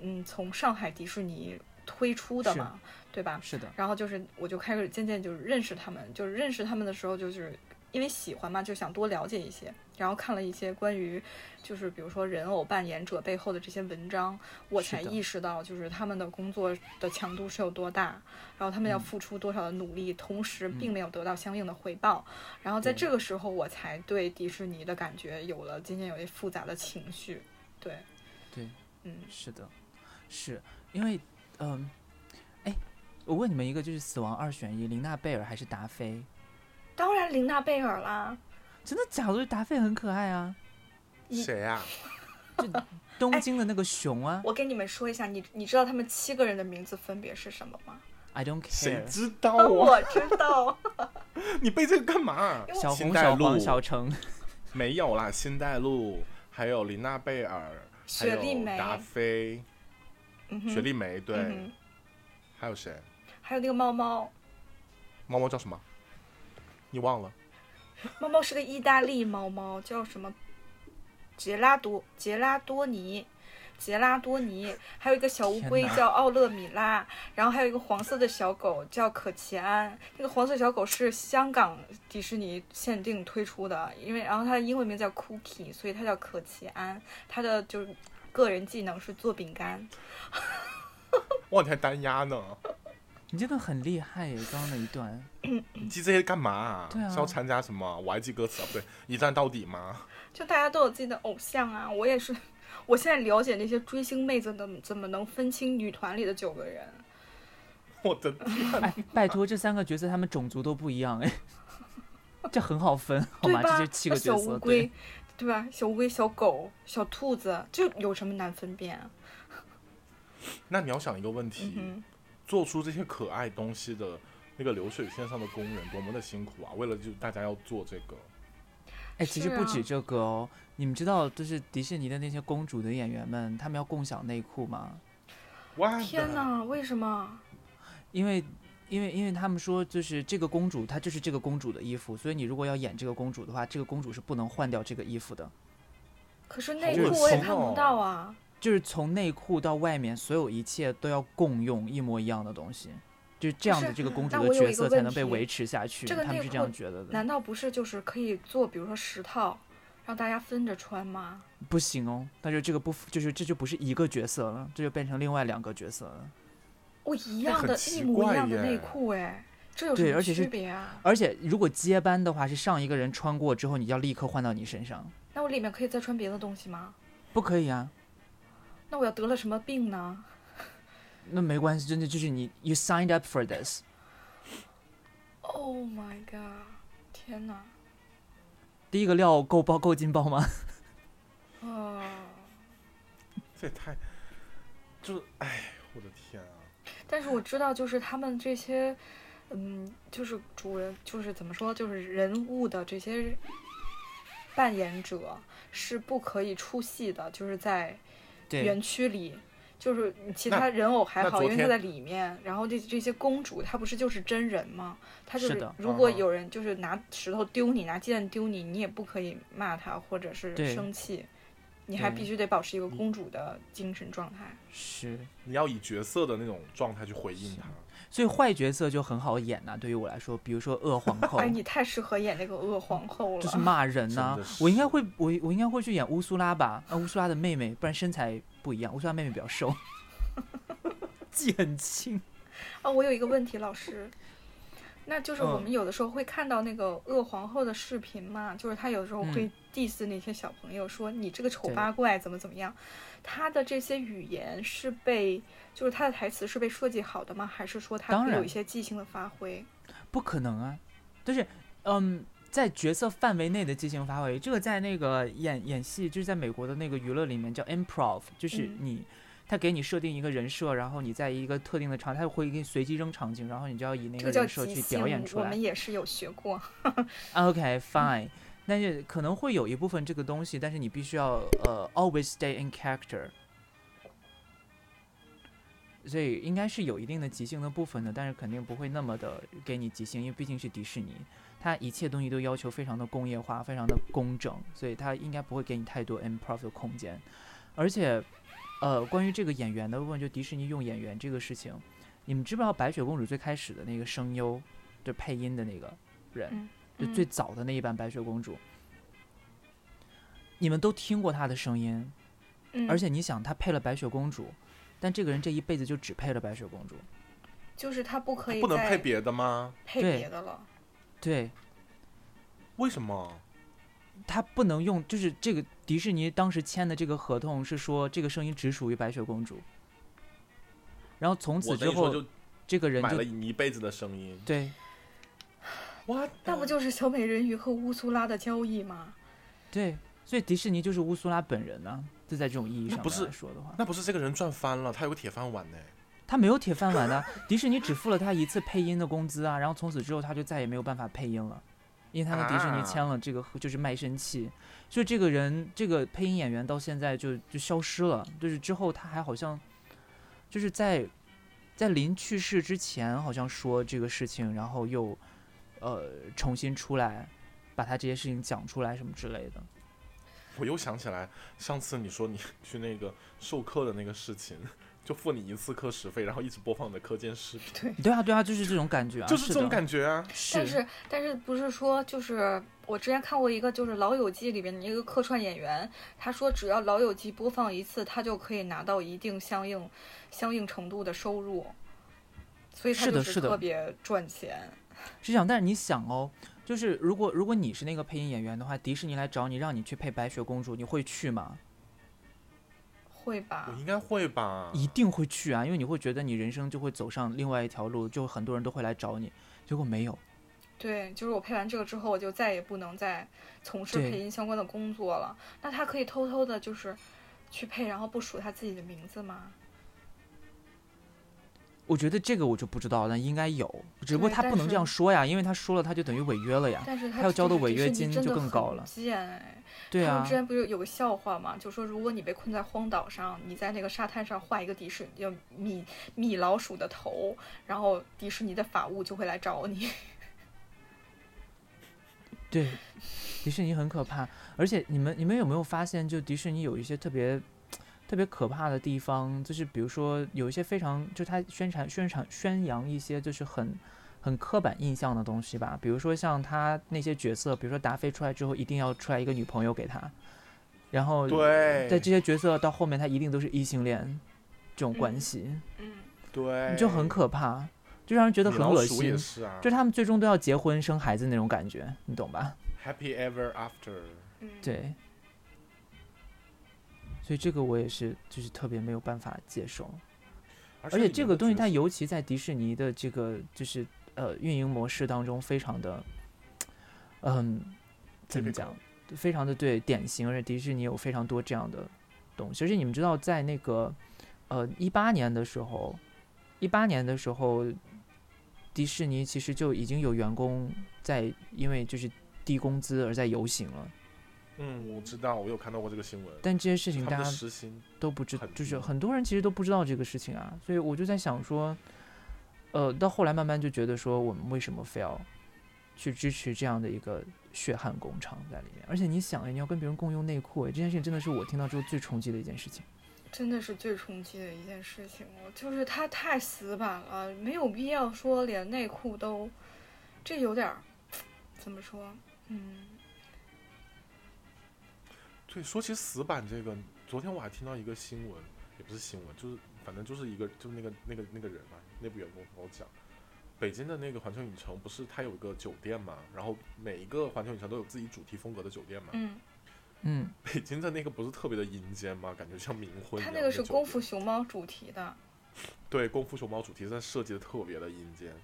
Speaker 3: 嗯，从上海迪士尼推出的
Speaker 2: 是
Speaker 3: 嘛，对吧？
Speaker 2: 是的，
Speaker 3: 然后就是我就开始渐渐就是认识他们，就是认识他们的时候，就是因为喜欢嘛，就想多了解一些，然后看了一些关于就是比如说人偶扮演者背后的这些文章，我
Speaker 2: 是
Speaker 3: 才
Speaker 2: 的
Speaker 3: 意识到就是他们的工作的强度是有多大，然后他们要
Speaker 2: 嗯
Speaker 3: 付出多少的努力，同时并
Speaker 2: 嗯
Speaker 3: 没有得到相应的回报，然后在
Speaker 2: 对
Speaker 3: 这个时候我才对迪士尼的感觉有了今天有些复杂的情绪，对，
Speaker 2: 对，
Speaker 3: 嗯，
Speaker 2: 是的，是因为，嗯，哎，我问你们一个，就是死亡二选一，林娜贝尔还是达菲？
Speaker 3: 当然琳娜贝尔啦，
Speaker 2: 真的假的？我觉得达菲很可爱啊，
Speaker 3: 你
Speaker 1: 谁啊？
Speaker 3: 哎
Speaker 2: 东京的那个熊啊
Speaker 3: 我跟你们说一下，你你知道他们七个人的名字分别是什么吗？哦
Speaker 2: ，I don't
Speaker 1: 谁
Speaker 2: care。
Speaker 1: 知道啊？
Speaker 3: 我知道，
Speaker 1: 你背这个干嘛？
Speaker 3: 因为
Speaker 2: 小红、
Speaker 1: 新带
Speaker 2: 小
Speaker 1: 路
Speaker 2: 黄、小橙，
Speaker 1: 没有啦，新黛露，还有琳娜贝尔，还
Speaker 3: 雪莉
Speaker 1: 有
Speaker 3: 梅，
Speaker 1: 达菲，
Speaker 3: 嗯哼
Speaker 1: 雪莉梅，对
Speaker 3: 嗯，
Speaker 1: 还有谁？
Speaker 3: 哼，还有那个猫猫，
Speaker 1: 猫猫叫什么？你忘了？
Speaker 3: 猫猫是个意大利猫猫，叫什么？杰拉多，杰拉多尼。杰拉多尼，还有一个小乌龟
Speaker 2: 天哪
Speaker 3: 叫奥勒米拉，然后还有一个黄色的小狗叫可奇安。那个黄色小狗是香港迪士尼限定推出的，因为然后它的英文名叫 Cookie，所以它叫可奇安。它的就是个人技能是做饼干。
Speaker 1: 我两天单压呢，
Speaker 2: 你真的很厉害耶！刚刚那一段，
Speaker 3: 嗯
Speaker 1: 你记这些干嘛、啊
Speaker 2: 对啊
Speaker 1: 是要参加什么？我还记歌词啊？不对，一站到底吗？
Speaker 3: 就大家都有自己的偶像啊，我也是。 我现在了解那些追星妹子怎怎么能分清女团里的九个人？
Speaker 1: 我 的
Speaker 2: 哎，拜托，这三个角色他们种族都不一样哎， 这很好分好
Speaker 3: 对
Speaker 2: 吗？这
Speaker 3: 吧？
Speaker 2: 就七个
Speaker 3: 小
Speaker 2: 角
Speaker 3: 乌
Speaker 2: 色，
Speaker 3: 龟
Speaker 2: 对，，
Speaker 3: 对吧？小乌龟、小狗、小兔子，这有什么难分辨啊？
Speaker 1: 那你要想一个问题，
Speaker 3: 嗯
Speaker 1: 做出这些可爱东西的那个流水线上的工人多么的辛苦啊！为了就大家要做这个，
Speaker 3: 哼，
Speaker 2: 哎，其实
Speaker 3: 是
Speaker 2: 不
Speaker 3: 啊
Speaker 2: 止这个哦，你们知道，就是迪士尼的那些公主的演员们，他们要共享内裤吗？
Speaker 1: 哇，
Speaker 3: 天哪，为什么？
Speaker 2: 因为，因为，因为他们说，就是这个公主她就是这个公主的衣服，所以你如果要演这个公主的话，这个公主是不能换掉这个衣服的，
Speaker 3: 可是内
Speaker 2: 恶
Speaker 3: 裤我也
Speaker 1: 心
Speaker 3: 看不
Speaker 1: 哦
Speaker 3: 到啊。
Speaker 2: 就是从内裤到外面，所有一切都要共用一模一样的东西，就是这样
Speaker 3: 是
Speaker 2: 的这个公
Speaker 3: 那
Speaker 2: 主
Speaker 3: 我
Speaker 2: 的
Speaker 3: 有
Speaker 2: 角
Speaker 3: 一个
Speaker 2: 色
Speaker 3: 问
Speaker 2: 才能被
Speaker 3: 题
Speaker 2: 维持下去，
Speaker 3: 这个
Speaker 2: 他们
Speaker 3: 内
Speaker 2: 是这
Speaker 3: 裤
Speaker 2: 样觉得的，
Speaker 3: 难道不是就是可以做，比如说十套，让大家分着穿吗？
Speaker 2: 不行哦，那就这个不符就是这就不是一个角色了，这就变成另外两个角色了。
Speaker 3: 我一样
Speaker 1: 很
Speaker 3: 的，
Speaker 1: 奇
Speaker 3: 一模
Speaker 1: 怪
Speaker 3: 一样的
Speaker 1: 耶
Speaker 3: 内裤，哎，这有什
Speaker 2: 对
Speaker 3: 么
Speaker 2: 而且是
Speaker 3: 区别啊？
Speaker 2: 而且如果接班的话，是上一个人穿过之后，你要立刻换到你身上，
Speaker 3: 那我里面可以再穿别的东西吗？
Speaker 2: 不可以啊。
Speaker 3: 那我要得了什么病呢？
Speaker 2: 那没关系，真的就是你，you signed up for this。
Speaker 3: Oh my god！天哪，
Speaker 2: 第一个料够包够劲爆吗？
Speaker 3: 哦，
Speaker 1: 这也太，就是哎，我的天啊！
Speaker 3: 但是我知道，就是他们这些，嗯，就是主人，就是怎么说，就是人物的这些扮演者是不可以出戏的，就是在
Speaker 2: 对
Speaker 3: 园，区里。就是其
Speaker 1: 那
Speaker 3: 他人偶还
Speaker 1: 那
Speaker 3: 好，
Speaker 1: 昨
Speaker 3: 因为她
Speaker 1: 天
Speaker 3: 在里面。然后这这些公主，她不是就是真人吗？她就是是
Speaker 2: 的
Speaker 3: 如果
Speaker 1: 嗯哼
Speaker 3: 有人就是拿石头丢你，拿鸡蛋丢你，你也不可以骂她或者是
Speaker 2: 对
Speaker 3: 生气，你还
Speaker 2: 对
Speaker 3: 必须得保持一个公主的精神状态。
Speaker 2: 是。
Speaker 1: 你要以角色的那种状态去回应他。
Speaker 2: 所以坏角色就很好演呐、对于我来说，比如说恶皇后
Speaker 3: 哎，，你太适合演那个恶皇后
Speaker 2: 就是
Speaker 3: 了。
Speaker 2: 骂人呐、
Speaker 1: 真的是
Speaker 2: 我应该会，我我应该会去演乌苏拉吧？啊，乌苏拉的妹妹，不然身材不一样，乌苏拉妹妹比较瘦， 记很清。
Speaker 3: 啊，我有一个问题，老师，那就是我
Speaker 2: 嗯
Speaker 3: 们有的时候会看到那个恶皇后的视频嘛，就是她有时候会 diss 那些小朋友，说你这个丑
Speaker 2: 嗯对
Speaker 3: 八怪怎么怎么样。她的这些语言是被，就是她的台词是被设计好的吗？还是说她
Speaker 2: 当
Speaker 3: 会有
Speaker 2: 然
Speaker 3: 一些即兴的发挥？
Speaker 2: 不可能啊，就是嗯，在角色范围内的即兴发挥，这个在那个演演戏，就是在美国的那个娱乐里面叫 improv，就是
Speaker 3: 嗯
Speaker 2: 你。他给你设定一个人设，然后你在一个特定的场，他会给你随机扔场景，然后你就要以那个
Speaker 3: 这个叫
Speaker 2: 人设
Speaker 3: 即
Speaker 2: 去
Speaker 3: 兴
Speaker 2: 表演，出
Speaker 3: 我
Speaker 2: 来
Speaker 3: 们。也是有 学过。
Speaker 2: OK fine，但是可能会有一部分这个东西，但是你必须要呃 always stay in character，所以应该是有一定的即兴的部分的，但是肯定不会那么的给你即兴，因为毕竟是迪士尼，它一切东西都要求非常的工业化，非常的工整，所以它应该不会给你太多 improv 的空间，而且呃关于这个演员的部分，就迪士尼用演员这个事情，你们知不知道白雪公主最开始的那个声优，就配音的那个人？就最
Speaker 3: 嗯
Speaker 2: 早的那一版白雪公主，你们都听过她的声音，
Speaker 3: 嗯，
Speaker 2: 而且你想，她配了白雪公主，但这个人这一辈子就只配了白雪公主，
Speaker 3: 就是她不可以
Speaker 1: 不能
Speaker 3: 再
Speaker 1: 配别的吗？
Speaker 3: 配
Speaker 2: 对
Speaker 3: 别的了。
Speaker 2: 对
Speaker 1: 为什么？
Speaker 2: 她不能用，就是这个迪士尼当时签的这个合同是说这个声音只属于白雪公主，然后从
Speaker 1: 我
Speaker 2: 此
Speaker 1: 等
Speaker 2: 之
Speaker 1: 于说
Speaker 2: 后
Speaker 1: 就
Speaker 2: 这个人
Speaker 1: 买了
Speaker 2: 就
Speaker 1: 你一辈子的声音。
Speaker 2: 对
Speaker 1: 哇，
Speaker 3: 那
Speaker 2: 嗯
Speaker 3: 不就是小美人鱼和乌苏拉的交易吗？
Speaker 2: 对，所以迪士尼就是乌苏拉本人呢、啊就在这种意义
Speaker 1: 那
Speaker 2: 上
Speaker 1: 不
Speaker 2: 面
Speaker 1: 是
Speaker 2: 来说的话，
Speaker 1: 那不是这个人赚翻了，他有个铁饭碗呢。
Speaker 2: 他没有铁饭碗呢， 迪士尼只付了他一次配音的工资啊，然后从此之后他就再也没有办法配音了，因为他跟迪士尼
Speaker 1: 啊
Speaker 2: 签了这个合就是卖身契，所以这个人这个配音演员到现在就就消失了，就是之后他还好像就是在在临去世之前好像说这个事情，然后又呃重新出来把他这些事情讲出来什么之类的，
Speaker 1: 我又想起来上次你说你去那个授课的那个事情，就付你一次课时费，然后一直播放你的课间视频，
Speaker 2: 对啊对啊，就是这种感觉啊，
Speaker 1: 就是这种
Speaker 2: 的
Speaker 1: 感觉啊。
Speaker 2: 是
Speaker 3: 但是但是不是说就是我之前看过一个就是《老友记》里边一个客串演员，他说只要《老友记》播放一次，他就可以拿到一定相应相应程度的收入，所以他
Speaker 2: 是的
Speaker 3: 就是
Speaker 2: 的
Speaker 3: 特别赚钱。
Speaker 2: 是这样，但是你想哦，就是如果如果你是那个配音演员的话，迪士尼来找你让你去配白雪公主，你会去吗？
Speaker 3: 会吧
Speaker 1: 我？应该会吧？
Speaker 2: 一定会去啊，因为你会觉得你人生就会走上另外一条路，就很多人都会来找你。结果没有，
Speaker 3: 对，就是我配完这个之后，我就再也不能再从事
Speaker 2: 对
Speaker 3: 配音相关的工作了。那他可以偷偷的，就是去配，然后不署他自己的名字吗？
Speaker 2: 我觉得这个我就不知道了，应该有，只不过
Speaker 3: 对
Speaker 2: 他
Speaker 3: 但
Speaker 2: 不能这样
Speaker 3: 是
Speaker 2: 说呀，因为他说了他就等于违约了呀。
Speaker 3: 但是
Speaker 2: 他要交的
Speaker 3: 的
Speaker 2: 违约金就更高了
Speaker 3: 贱哎！
Speaker 2: 对
Speaker 3: 他
Speaker 2: 啊
Speaker 3: 们之，前不是有个笑话嘛，就说如果你被困在荒岛上，你在那个沙滩上画一个迪士尼叫米米老鼠的头，然后迪士尼的法务就会来找你。
Speaker 2: 对，迪士尼很可怕。而且你们你们有没有发现，就迪士尼有一些特别特别可怕的地方，就是比如说有一些非常就他宣传宣传宣扬一些就是很。很刻板印象的东西吧，比如说像他那些角色，比如说达菲出来之后一定要出来一个女朋友给他，然后
Speaker 1: 对
Speaker 2: 在这些角色到后面，他一定都是异性恋这种关
Speaker 3: 嗯
Speaker 2: 系，
Speaker 3: 嗯，
Speaker 1: 对，
Speaker 2: 就很可怕，就让人觉得
Speaker 1: 米
Speaker 2: 很
Speaker 1: 老
Speaker 2: 恶
Speaker 1: 鼠
Speaker 2: 心
Speaker 1: 也。是啊
Speaker 2: 就他们最终都要结婚生孩子那种感觉，你懂吧？
Speaker 1: ，Happy Ever After。
Speaker 3: 嗯，
Speaker 2: 对。所以这个我也是，就是特别没有办法接受。
Speaker 1: 而
Speaker 2: 而且这个东西它
Speaker 1: 有。
Speaker 2: 尤其在迪士尼的这个就是呃运营模式当中，非常的，嗯，怎么
Speaker 1: Typical
Speaker 2: 讲，非常的对典型，而且迪士尼有非常多这样的东西。而且你们知道，在那个呃一八年的时候，一八年的时候，迪士尼其实就已经有员工在因为就是低工资而在游行了，
Speaker 1: 嗯，我知道，我有看到过这个新闻。
Speaker 2: 但这些事情
Speaker 1: 他
Speaker 2: 大
Speaker 1: 们
Speaker 2: 家
Speaker 1: 的时薪，
Speaker 2: 都不知
Speaker 1: 很，
Speaker 2: 就是
Speaker 1: 低
Speaker 2: 很多人其实都不知道这个事情啊，所以我就在想说，呃，到后来慢慢就觉得说，我们为什么非要去支持这样的一个血汗工厂在里面？而且你想，哎，你要跟别人共用内裤，哎，这件事情真的是我听到之后最冲击的一件事情。
Speaker 3: 真的是最冲击的一件事情了，就是它太死板了，没有必要说连内裤都，这有点儿怎么说？嗯，
Speaker 1: 对，说起死板这个，昨天我还听到一个新闻，也不是新闻，就是反正就是一个，就是那个那个那个人嘛，内部员工跟我讲，北京的那个环球影城不是它有一个酒店嘛，然后每一个环球影城都有自己主题风格的酒店嘛，
Speaker 3: 嗯，
Speaker 2: 嗯，
Speaker 1: 北京的那个不是特别的阴间嘛，感觉像冥婚一样。
Speaker 3: 它那个是
Speaker 1: 酒
Speaker 3: 功
Speaker 1: 店
Speaker 3: 夫熊猫主题的，
Speaker 1: 对，功夫熊猫主题真的设计的特别的阴间。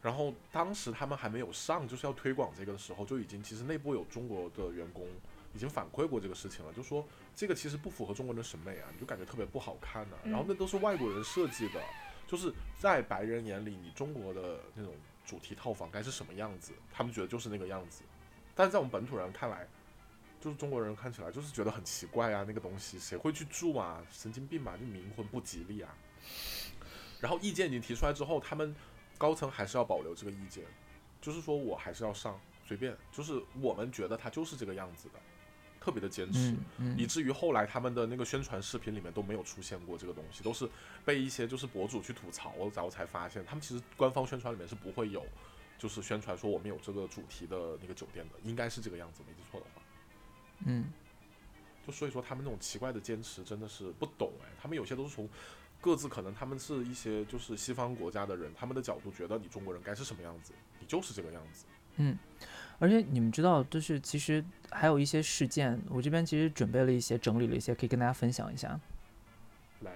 Speaker 1: 然后当时他们还没有上，就是要推广这个的时候，就已经其实内部有中国的员工已经反馈过这个事情了，就说这个其实不符合中国人的审美啊，你就感觉特别不好看呐、然后
Speaker 3: 嗯
Speaker 1: 那都是外国人设计的，就是在白人眼里，你中国的那种主题套房该是什么样子，他们觉得就是那个样子。但是在我们本土人看来，就是中国人看起来就是觉得很奇怪啊，那个东西谁会去住啊？神经病吧，就冥婚不吉利啊。然后意见已经提出来之后，他们高层还是要保留这个意见，就是说我还是要上，随便，就是我们觉得它就是这个样子的，特别的坚持。
Speaker 2: 嗯
Speaker 1: 以
Speaker 2: 嗯，
Speaker 1: 至于后来他们的那个宣传视频里面都没有出现过这个东西，都是被一些就是博主去吐槽，然后才发现他们其实官方宣传里面是不会有，就是宣传说我们有这个主题的那个酒店的，应该是这个样子，没记错的话。
Speaker 2: 嗯，
Speaker 1: 就所以说他们那种奇怪的坚持真的是不懂哎，他们有些都是从各自可能他们是一些就是西方国家的人，他们的角度觉得你中国人该是什么样子，你就是这个样子。
Speaker 2: 而且你们知道，就是其实还有一些事件，我这边其实准备了一些，整理了一些，可以跟大家分享一下。
Speaker 1: 来，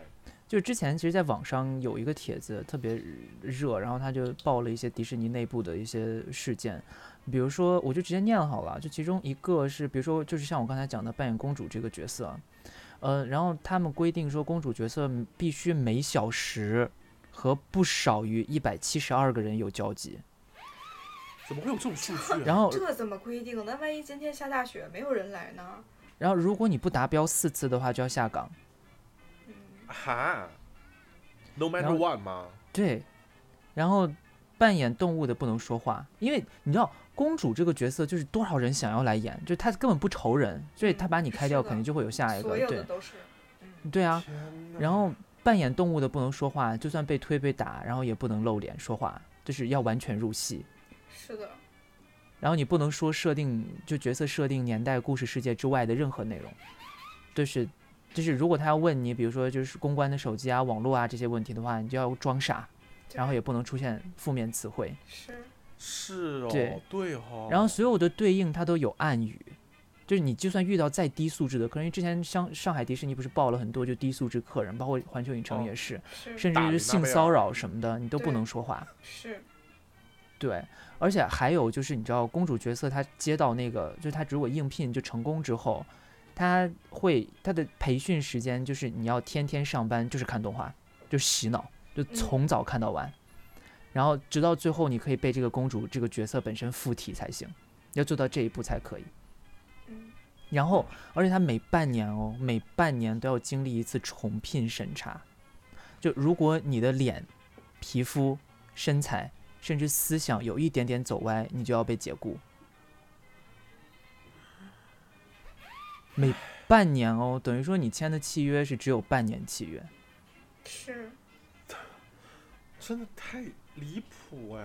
Speaker 2: 就之前其实，在网上有一个帖子特别热，然后他就爆了一些迪士尼内部的一些事件，比如说，我就直接念好了，就其中一个是，比如说，就是像我刚才讲的扮演公主这个角色，呃，然后他们规定说，公主角色必须每小时和不少于一百七十二个人有交集，
Speaker 1: 怎么会有这种数据、啊？
Speaker 2: 然后，
Speaker 3: 这怎么规定？那万一今天下大雪没有人来呢？
Speaker 2: 然后如果你不达标四次的话，就要下岗。
Speaker 3: 嗯
Speaker 1: 哈，No
Speaker 2: 然
Speaker 1: matter
Speaker 2: 后
Speaker 1: what 吗？
Speaker 2: 对，然后扮演动物的不能说话，因为你知道公主这个角色就是多少人想要来演，就是她根本不愁人，所以她把你开
Speaker 3: 嗯是
Speaker 2: 掉，
Speaker 3: 的
Speaker 2: 肯定就会有下一个。
Speaker 3: 所有的
Speaker 2: 对
Speaker 3: 都是，嗯
Speaker 2: 对啊，
Speaker 1: 天哪
Speaker 2: 然后扮演动物的不能说话，就算被推被打，然后也不能露脸说话，就是要完全入戏。
Speaker 3: 是的，
Speaker 2: 然后你不能说设定就角色设定年代、故事世界之外的任何内容，就是就是如果他要问你，比如说就是公关的手机啊、网络啊这些问题的话，你就要装傻，然后也不能出现负面词汇。
Speaker 3: 是，
Speaker 1: 是哦，
Speaker 2: 对
Speaker 1: 哦，
Speaker 2: 然后所有的对应它都有暗语，就是你就算遇到再低素质的客人，因为之前上上海迪士尼不是报了很多就低素质客人，包括环球影城
Speaker 1: 哦
Speaker 2: 也是，
Speaker 3: 是
Speaker 2: 甚
Speaker 1: 打
Speaker 2: 至
Speaker 1: 雷
Speaker 2: 是
Speaker 1: 纳
Speaker 2: 性
Speaker 1: 贝尔
Speaker 2: 骚扰什么的，你都不
Speaker 3: 对
Speaker 2: 能说话。
Speaker 3: 是，
Speaker 2: 对，而且还有就是你知道公主角色她接到那个，就是她如果应聘就成功之后，她会她的培训时间就是你要天天上班，就是看动画，就是洗脑。就从早看到晚，然后直到最后你可以被这个公主这个角色本身附体才行，要做到这一步才可以。
Speaker 3: 嗯
Speaker 2: 然后，而且他每半年哦，每半年都要经历一次重聘审查。就如果你的脸、皮肤、身材，甚至思想有一点点走歪，你就要被解雇。每半年哦，等于说你签的契约是只有半年契约。
Speaker 3: 是，
Speaker 1: 真的太离谱哎！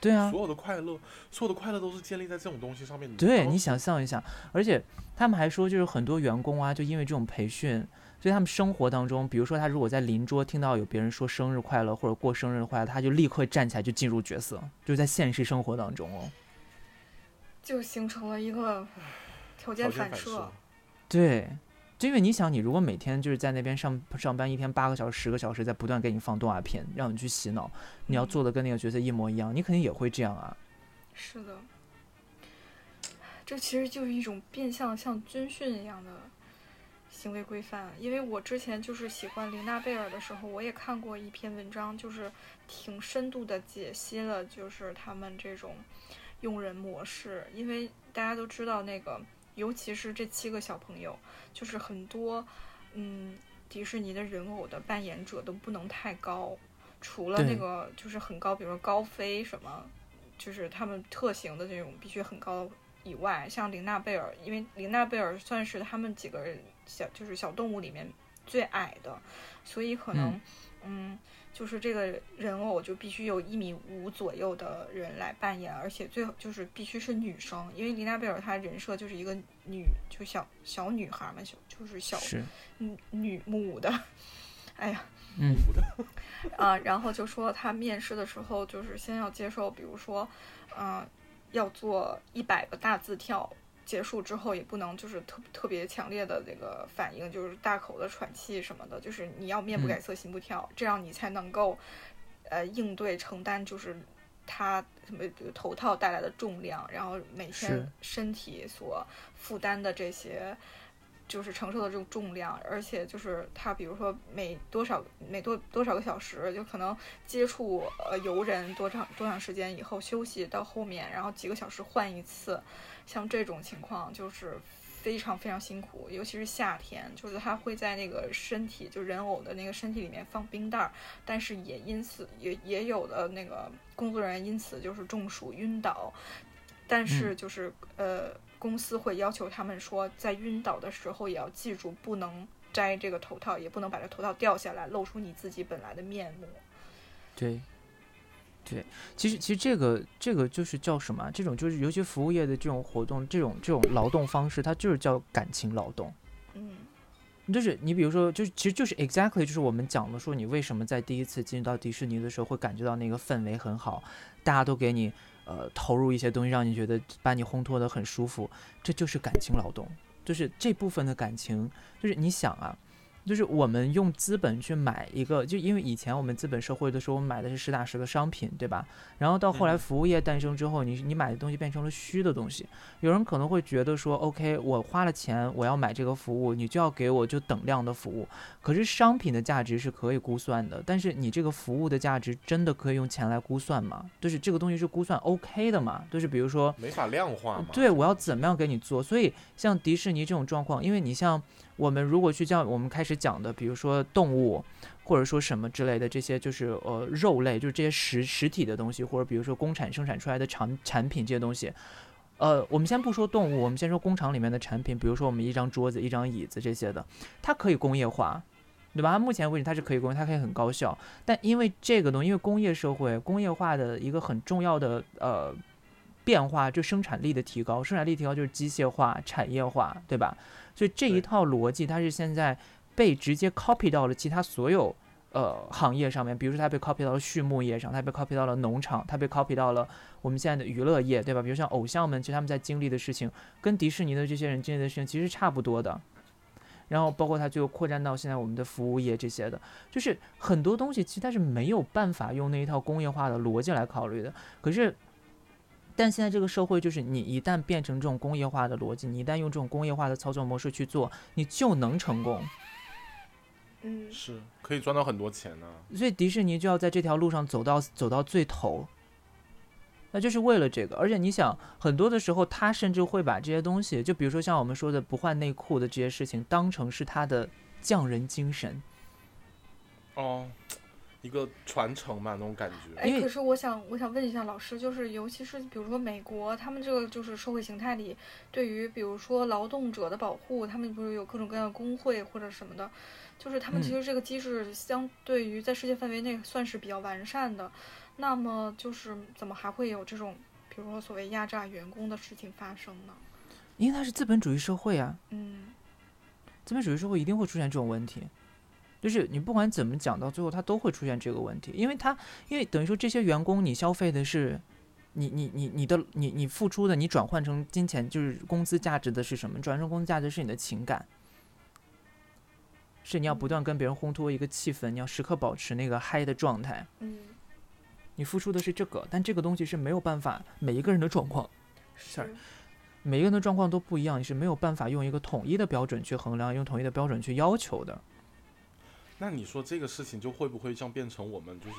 Speaker 2: 对啊，
Speaker 1: 所有的快乐，所有的快乐都是建立在这种东西上面。
Speaker 2: 对
Speaker 1: 当
Speaker 2: 你想象一下，而且他们还说，就是很多员工啊，就因为这种培训，所以他们生活当中，比如说他如果在邻桌听到有别人说生日快乐或者过生日快乐，他就立刻站起来就进入角色，就是在现实生活当中哦。
Speaker 3: 就形成了一个条件
Speaker 1: 条
Speaker 3: 反
Speaker 1: 件反
Speaker 3: 射
Speaker 1: 射。，
Speaker 2: 对，就因为你想，你如果每天就是在那边上上班，一天八个小时、十个小时，在不断给你放动画片，让你去洗脑，你要做的跟那个角色一模一样，你肯定也会这样啊。
Speaker 3: 是的，这其实就是一种变相像军训一样的行为规范。因为我之前就是喜欢琳娜贝尔的时候，我也看过一篇文章，就是挺深度的解析了，就是他们这种用人模式。因为大家都知道，那个尤其是这七个小朋友，就是很多嗯迪士尼的人偶的扮演者都不能太高。除了那
Speaker 2: 对
Speaker 3: 个就是很高，比如说高飞什么，就是他们特型的这种必须很高以外，像玲娜贝尔，因为玲娜贝尔算是他们几个人小就是小动物里面最矮的，所以可能嗯就是这个人偶就必须有一米五左右的人来扮演，而且最好就是必须是女生，因为玲娜贝尔她人设就是一个女就小小女孩嘛，小就是小
Speaker 2: 是，
Speaker 3: 女女母的，哎呀。
Speaker 2: 嗯，
Speaker 1: 我的
Speaker 3: 啊，然后就说他面试的时候，就是先要接受，比如说，嗯、要做一百个大字跳，结束之后也不能就是特特别强烈的这个反应，就是大口的喘气什么的，就是你要面不改色心不跳，这样你才能够，呃，应对承担就是他什么比如头套带来的重量，然后每
Speaker 2: 是
Speaker 3: 天身体所负担的这些。就是承受的这种重量，而且就是他，比如说每多少每多多少个小时，就可能接触呃游人多长多长时间以后休息到后面，然后几个小时换一次，像这种情况就是非常非常辛苦，尤其是夏天，就是他会在那个身体就人偶的那个身体里面放冰袋儿，但是也因此也也有的那个工作人员因此就是中暑晕倒，但是就是、呃公司会要求他们说在晕倒的时候也要记住不能摘这个头套，也不能把这头套掉下来，露出你自己本来的面目。
Speaker 2: 对，对，其实其实这个这个就是叫什么啊？这种就是尤其服务业的这种活动，这种这种劳动方式，它就是叫感情劳动。
Speaker 3: 嗯
Speaker 2: 就是你比如说，就是其实就是 exactly 就是我们讲的说，你为什么在第一次进入到迪士尼的时候会感觉到那个氛围很好，大家都给你呃投入一些东西，让你觉得把你烘托的很舒服，这就是感情劳动，就是这部分的感情，就是你想啊。就是我们用资本去买一个，就因为以前我们资本社会的时候，我们买的是实打实的商品，对吧？然后到后来
Speaker 1: 嗯
Speaker 2: 服务业诞生之后，你你买的东西变成了虚的东西，有人可能会觉得说，OK，我花了钱，我要买这个服务，你就要给我就等量的服务。可是商品的价值是可以估算的，但是你这个服务的价值真的可以用钱来估算吗？就是这个东西是估算 OK 的嘛？就是比如说，
Speaker 1: 没法量化嘛。
Speaker 2: 呃对，我要怎么样给你做？所以像迪士尼这种状况，因为你像我们如果去像我们开始讲的，比如说动物，或者说什么之类的，这些就是呃肉类，就是这些实实体的东西，或者比如说工厂生产出来的产产品这些东西。呃，我们先不说动物，我们先说工厂里面的产品，比如说我们一张桌子、一张椅子这些的，它可以工业化，对吧？它目前为止它是可以工业，它可以很高效。但因为这个东西，因为工业社会工业化的一个很重要的呃变化，就生产力的提高，生产力提高就是机械化、产业化，对吧？所以这一
Speaker 1: 对
Speaker 2: 套逻辑，它是现在被直接 copy 到了其他所有呃行业上面，比如说它被 copy 到了畜牧业上，它被 copy 到了农场，它被 copy 到了我们现在的娱乐业，对吧？比如像偶像们，其实他们在经历的事情，跟迪士尼的这些人经历的事情其实是差不多的。然后包括它就扩展到现在我们的服务业这些的，就是很多东西其实它是没有办法用那一套工业化的逻辑来考虑的。可是，但现在这个社会就是你一旦变成这种工业化的逻辑，你一旦用这种工业化的操作模式去做，你就能成功。
Speaker 3: 嗯，
Speaker 1: 是可以赚到很多钱啊呢、
Speaker 2: 所以迪士尼就要在这条路上走到走到最头，那就是为了这个。而且你想，很多的时候，他甚至会把这些东西，就比如说像我们说的不换内裤的这些事情，当成是他的匠人精神。
Speaker 1: 哦，一个传承嘛，那种感觉。
Speaker 2: 因
Speaker 3: 哎，
Speaker 2: 为
Speaker 3: 可是我想，我想问一下老师，就是尤其是比如说美国，他们这个就是社会形态里，对于比如说劳动者的保护，他们不是有各种各样的工会或者什么的，就是他们
Speaker 2: 嗯
Speaker 3: 其实这个机制相对于在世界范围内算是比较完善的。那么就是怎么还会有这种，比如说所谓压榨员工的事情发生呢？
Speaker 2: 因为它是资本主义社会啊，
Speaker 3: 嗯
Speaker 2: 资本主义社会一定会出现这种问题，就是你不管怎么讲，到最后它都会出现这个问题，因为它因为等于说这些员工你消费的是。你你你你的你你付出的，你转换成金钱就是工资价值的是什么？转换成工资价值是你的情感，是你要不断跟别人烘托一个气氛，你要时刻保持那个嗨的状态。
Speaker 3: 嗯，
Speaker 2: 你付出的是这个，但这个东西是没有办法，每一个人的状况，
Speaker 3: 是
Speaker 2: Sorry 每一个人的状况都不一样，你是没有办法用一个统一的标准去衡量，用统一的标准去要求的。
Speaker 1: 那你说这个事情就会不会像变成我们就是，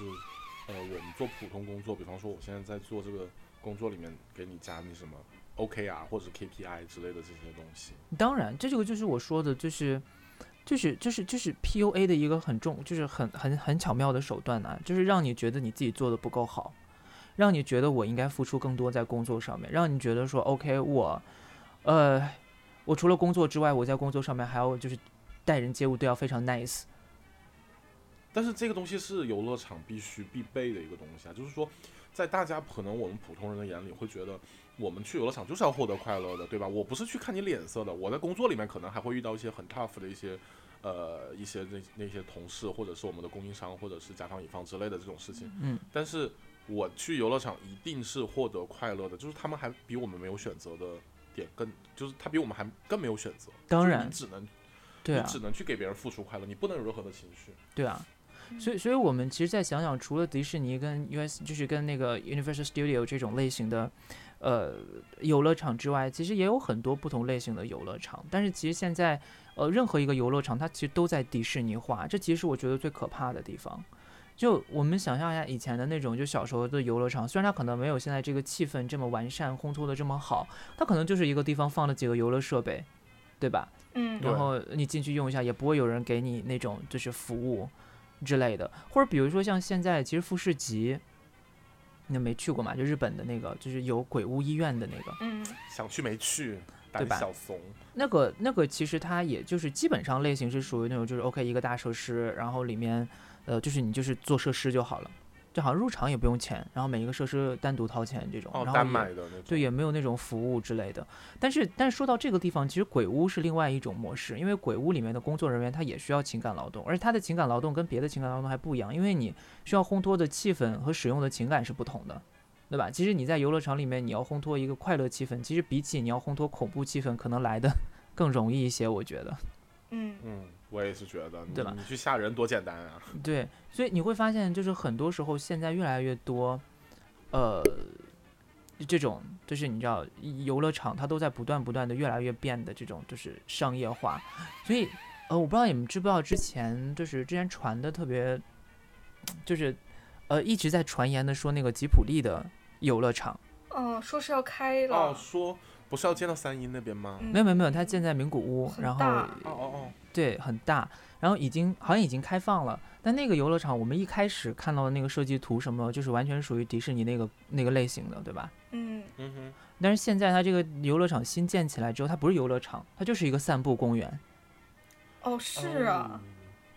Speaker 1: 呃，我们做普通工作，比方说我现在在做这个工作里面给你加那什么 OK 啊，或者 KPI 之类的这些东西。
Speaker 2: 当然，这个就是我说的，就是，就是，就是，就是 PUA 的一个很重，就是很很很巧妙的手段呐、就是让你觉得你自己做的不够好，让你觉得我应该付出更多在工作上面，让你觉得说 OK，我，呃，我除了工作之外，我在工作上面还要就是待人接物都要非常 nice。
Speaker 1: 但是这个东西是游乐场必须必备的一个东西啊，就是说，在大家可能我们普通人的眼里会觉得，我们去游乐场就是要获得快乐的，对吧？我不是去看你脸色的，我在工作里面可能还会遇到一些很 tough 的一些，呃，一些那那些同事或者是我们的供应商或者是甲方乙方之类的这种事情，
Speaker 2: 嗯，
Speaker 1: 但是我去游乐场一定是获得快乐的，就是他们还比我们没有选择的点更，就是他比我们还更没有选择，
Speaker 2: 当
Speaker 1: 就是
Speaker 2: 然
Speaker 1: 你只能
Speaker 2: 对啊
Speaker 1: 你，只能去给别人付出快乐，你不能有任何的情绪。
Speaker 2: 对啊。所以，所以我们其实再想想，除了迪士尼跟 US，就是跟那个 Universal Studio 这种类型的，呃，游乐场之外，其实也有很多不同类型的游乐场。但是其实现在，呃，任何一个游乐场它其实都在迪士尼化，这其实是我觉得最可怕的地方。就我们想象一下以前的那种，就小时候的游乐场，虽然它可能没有现在这个气氛这么完善，烘托的这么好，它可能就是一个地方放了几个游乐设备，对吧？
Speaker 3: 嗯
Speaker 1: 对
Speaker 2: 然后你进去用一下，也不会有人给你那种就是服务之类的，或者比如说像现在其实富士急，你没去过嘛？就日本的那个，就是有鬼屋医院的那个，
Speaker 3: 嗯
Speaker 1: 想去没去，
Speaker 2: 对
Speaker 1: 胆
Speaker 2: 吧
Speaker 1: 小怂。
Speaker 2: 那个那个其实它也就是基本上类型是属于那种就是 OK 一个大设施，然后里面呃就是你就是做设施就好了，就好像入场也不用钱，然后每一个设施单独掏钱这种，
Speaker 1: 哦，
Speaker 2: 然后
Speaker 1: 单
Speaker 2: 也
Speaker 1: 买的那种。
Speaker 2: 对，也没有那种服务之类的。但是，但是说到这个地方，其实鬼屋是另外一种模式，因为鬼屋里面的工作人员他也需要情感劳动，而且他的情感劳动跟别的情感劳动还不一样，因为你需要烘托的气氛和使用的情感是不同的，对吧？其实你在游乐场里面，你要烘托一个快乐气氛，其实比起你要烘托恐怖气氛，可能来的 更容易一些，我觉得。
Speaker 3: 嗯
Speaker 1: 嗯，我也是觉得，你
Speaker 2: 对吧
Speaker 1: 你去吓人多简单啊！
Speaker 2: 对，所以你会发现，就是很多时候现在越来越多，呃，这种就是你知道，游乐场它都在不断不断的越来越变的这种就是商业化，所以呃，我不知道你们知不知道，之前就是之前传的特别，就是呃一直在传言的说那个吉普力的游乐场，
Speaker 3: 哦，说是要开了，
Speaker 1: 哦，说不是要建到三阴那边吗？
Speaker 3: 嗯
Speaker 2: 没有没有没有，它建在名古屋，
Speaker 3: 很
Speaker 2: 然后
Speaker 3: 大
Speaker 1: 哦哦
Speaker 2: 对，很大，然后已经好像已经开放了。但那个游乐场，我们一开始看到的那个设计图什么，就是完全属于迪士尼那个那个类型的，对吧？
Speaker 3: 嗯
Speaker 1: 哦，嗯哼，
Speaker 2: 但是现在它这个游乐场新建起来之后，它不是游乐场，它就是一个散步公园。
Speaker 3: 哦是啊，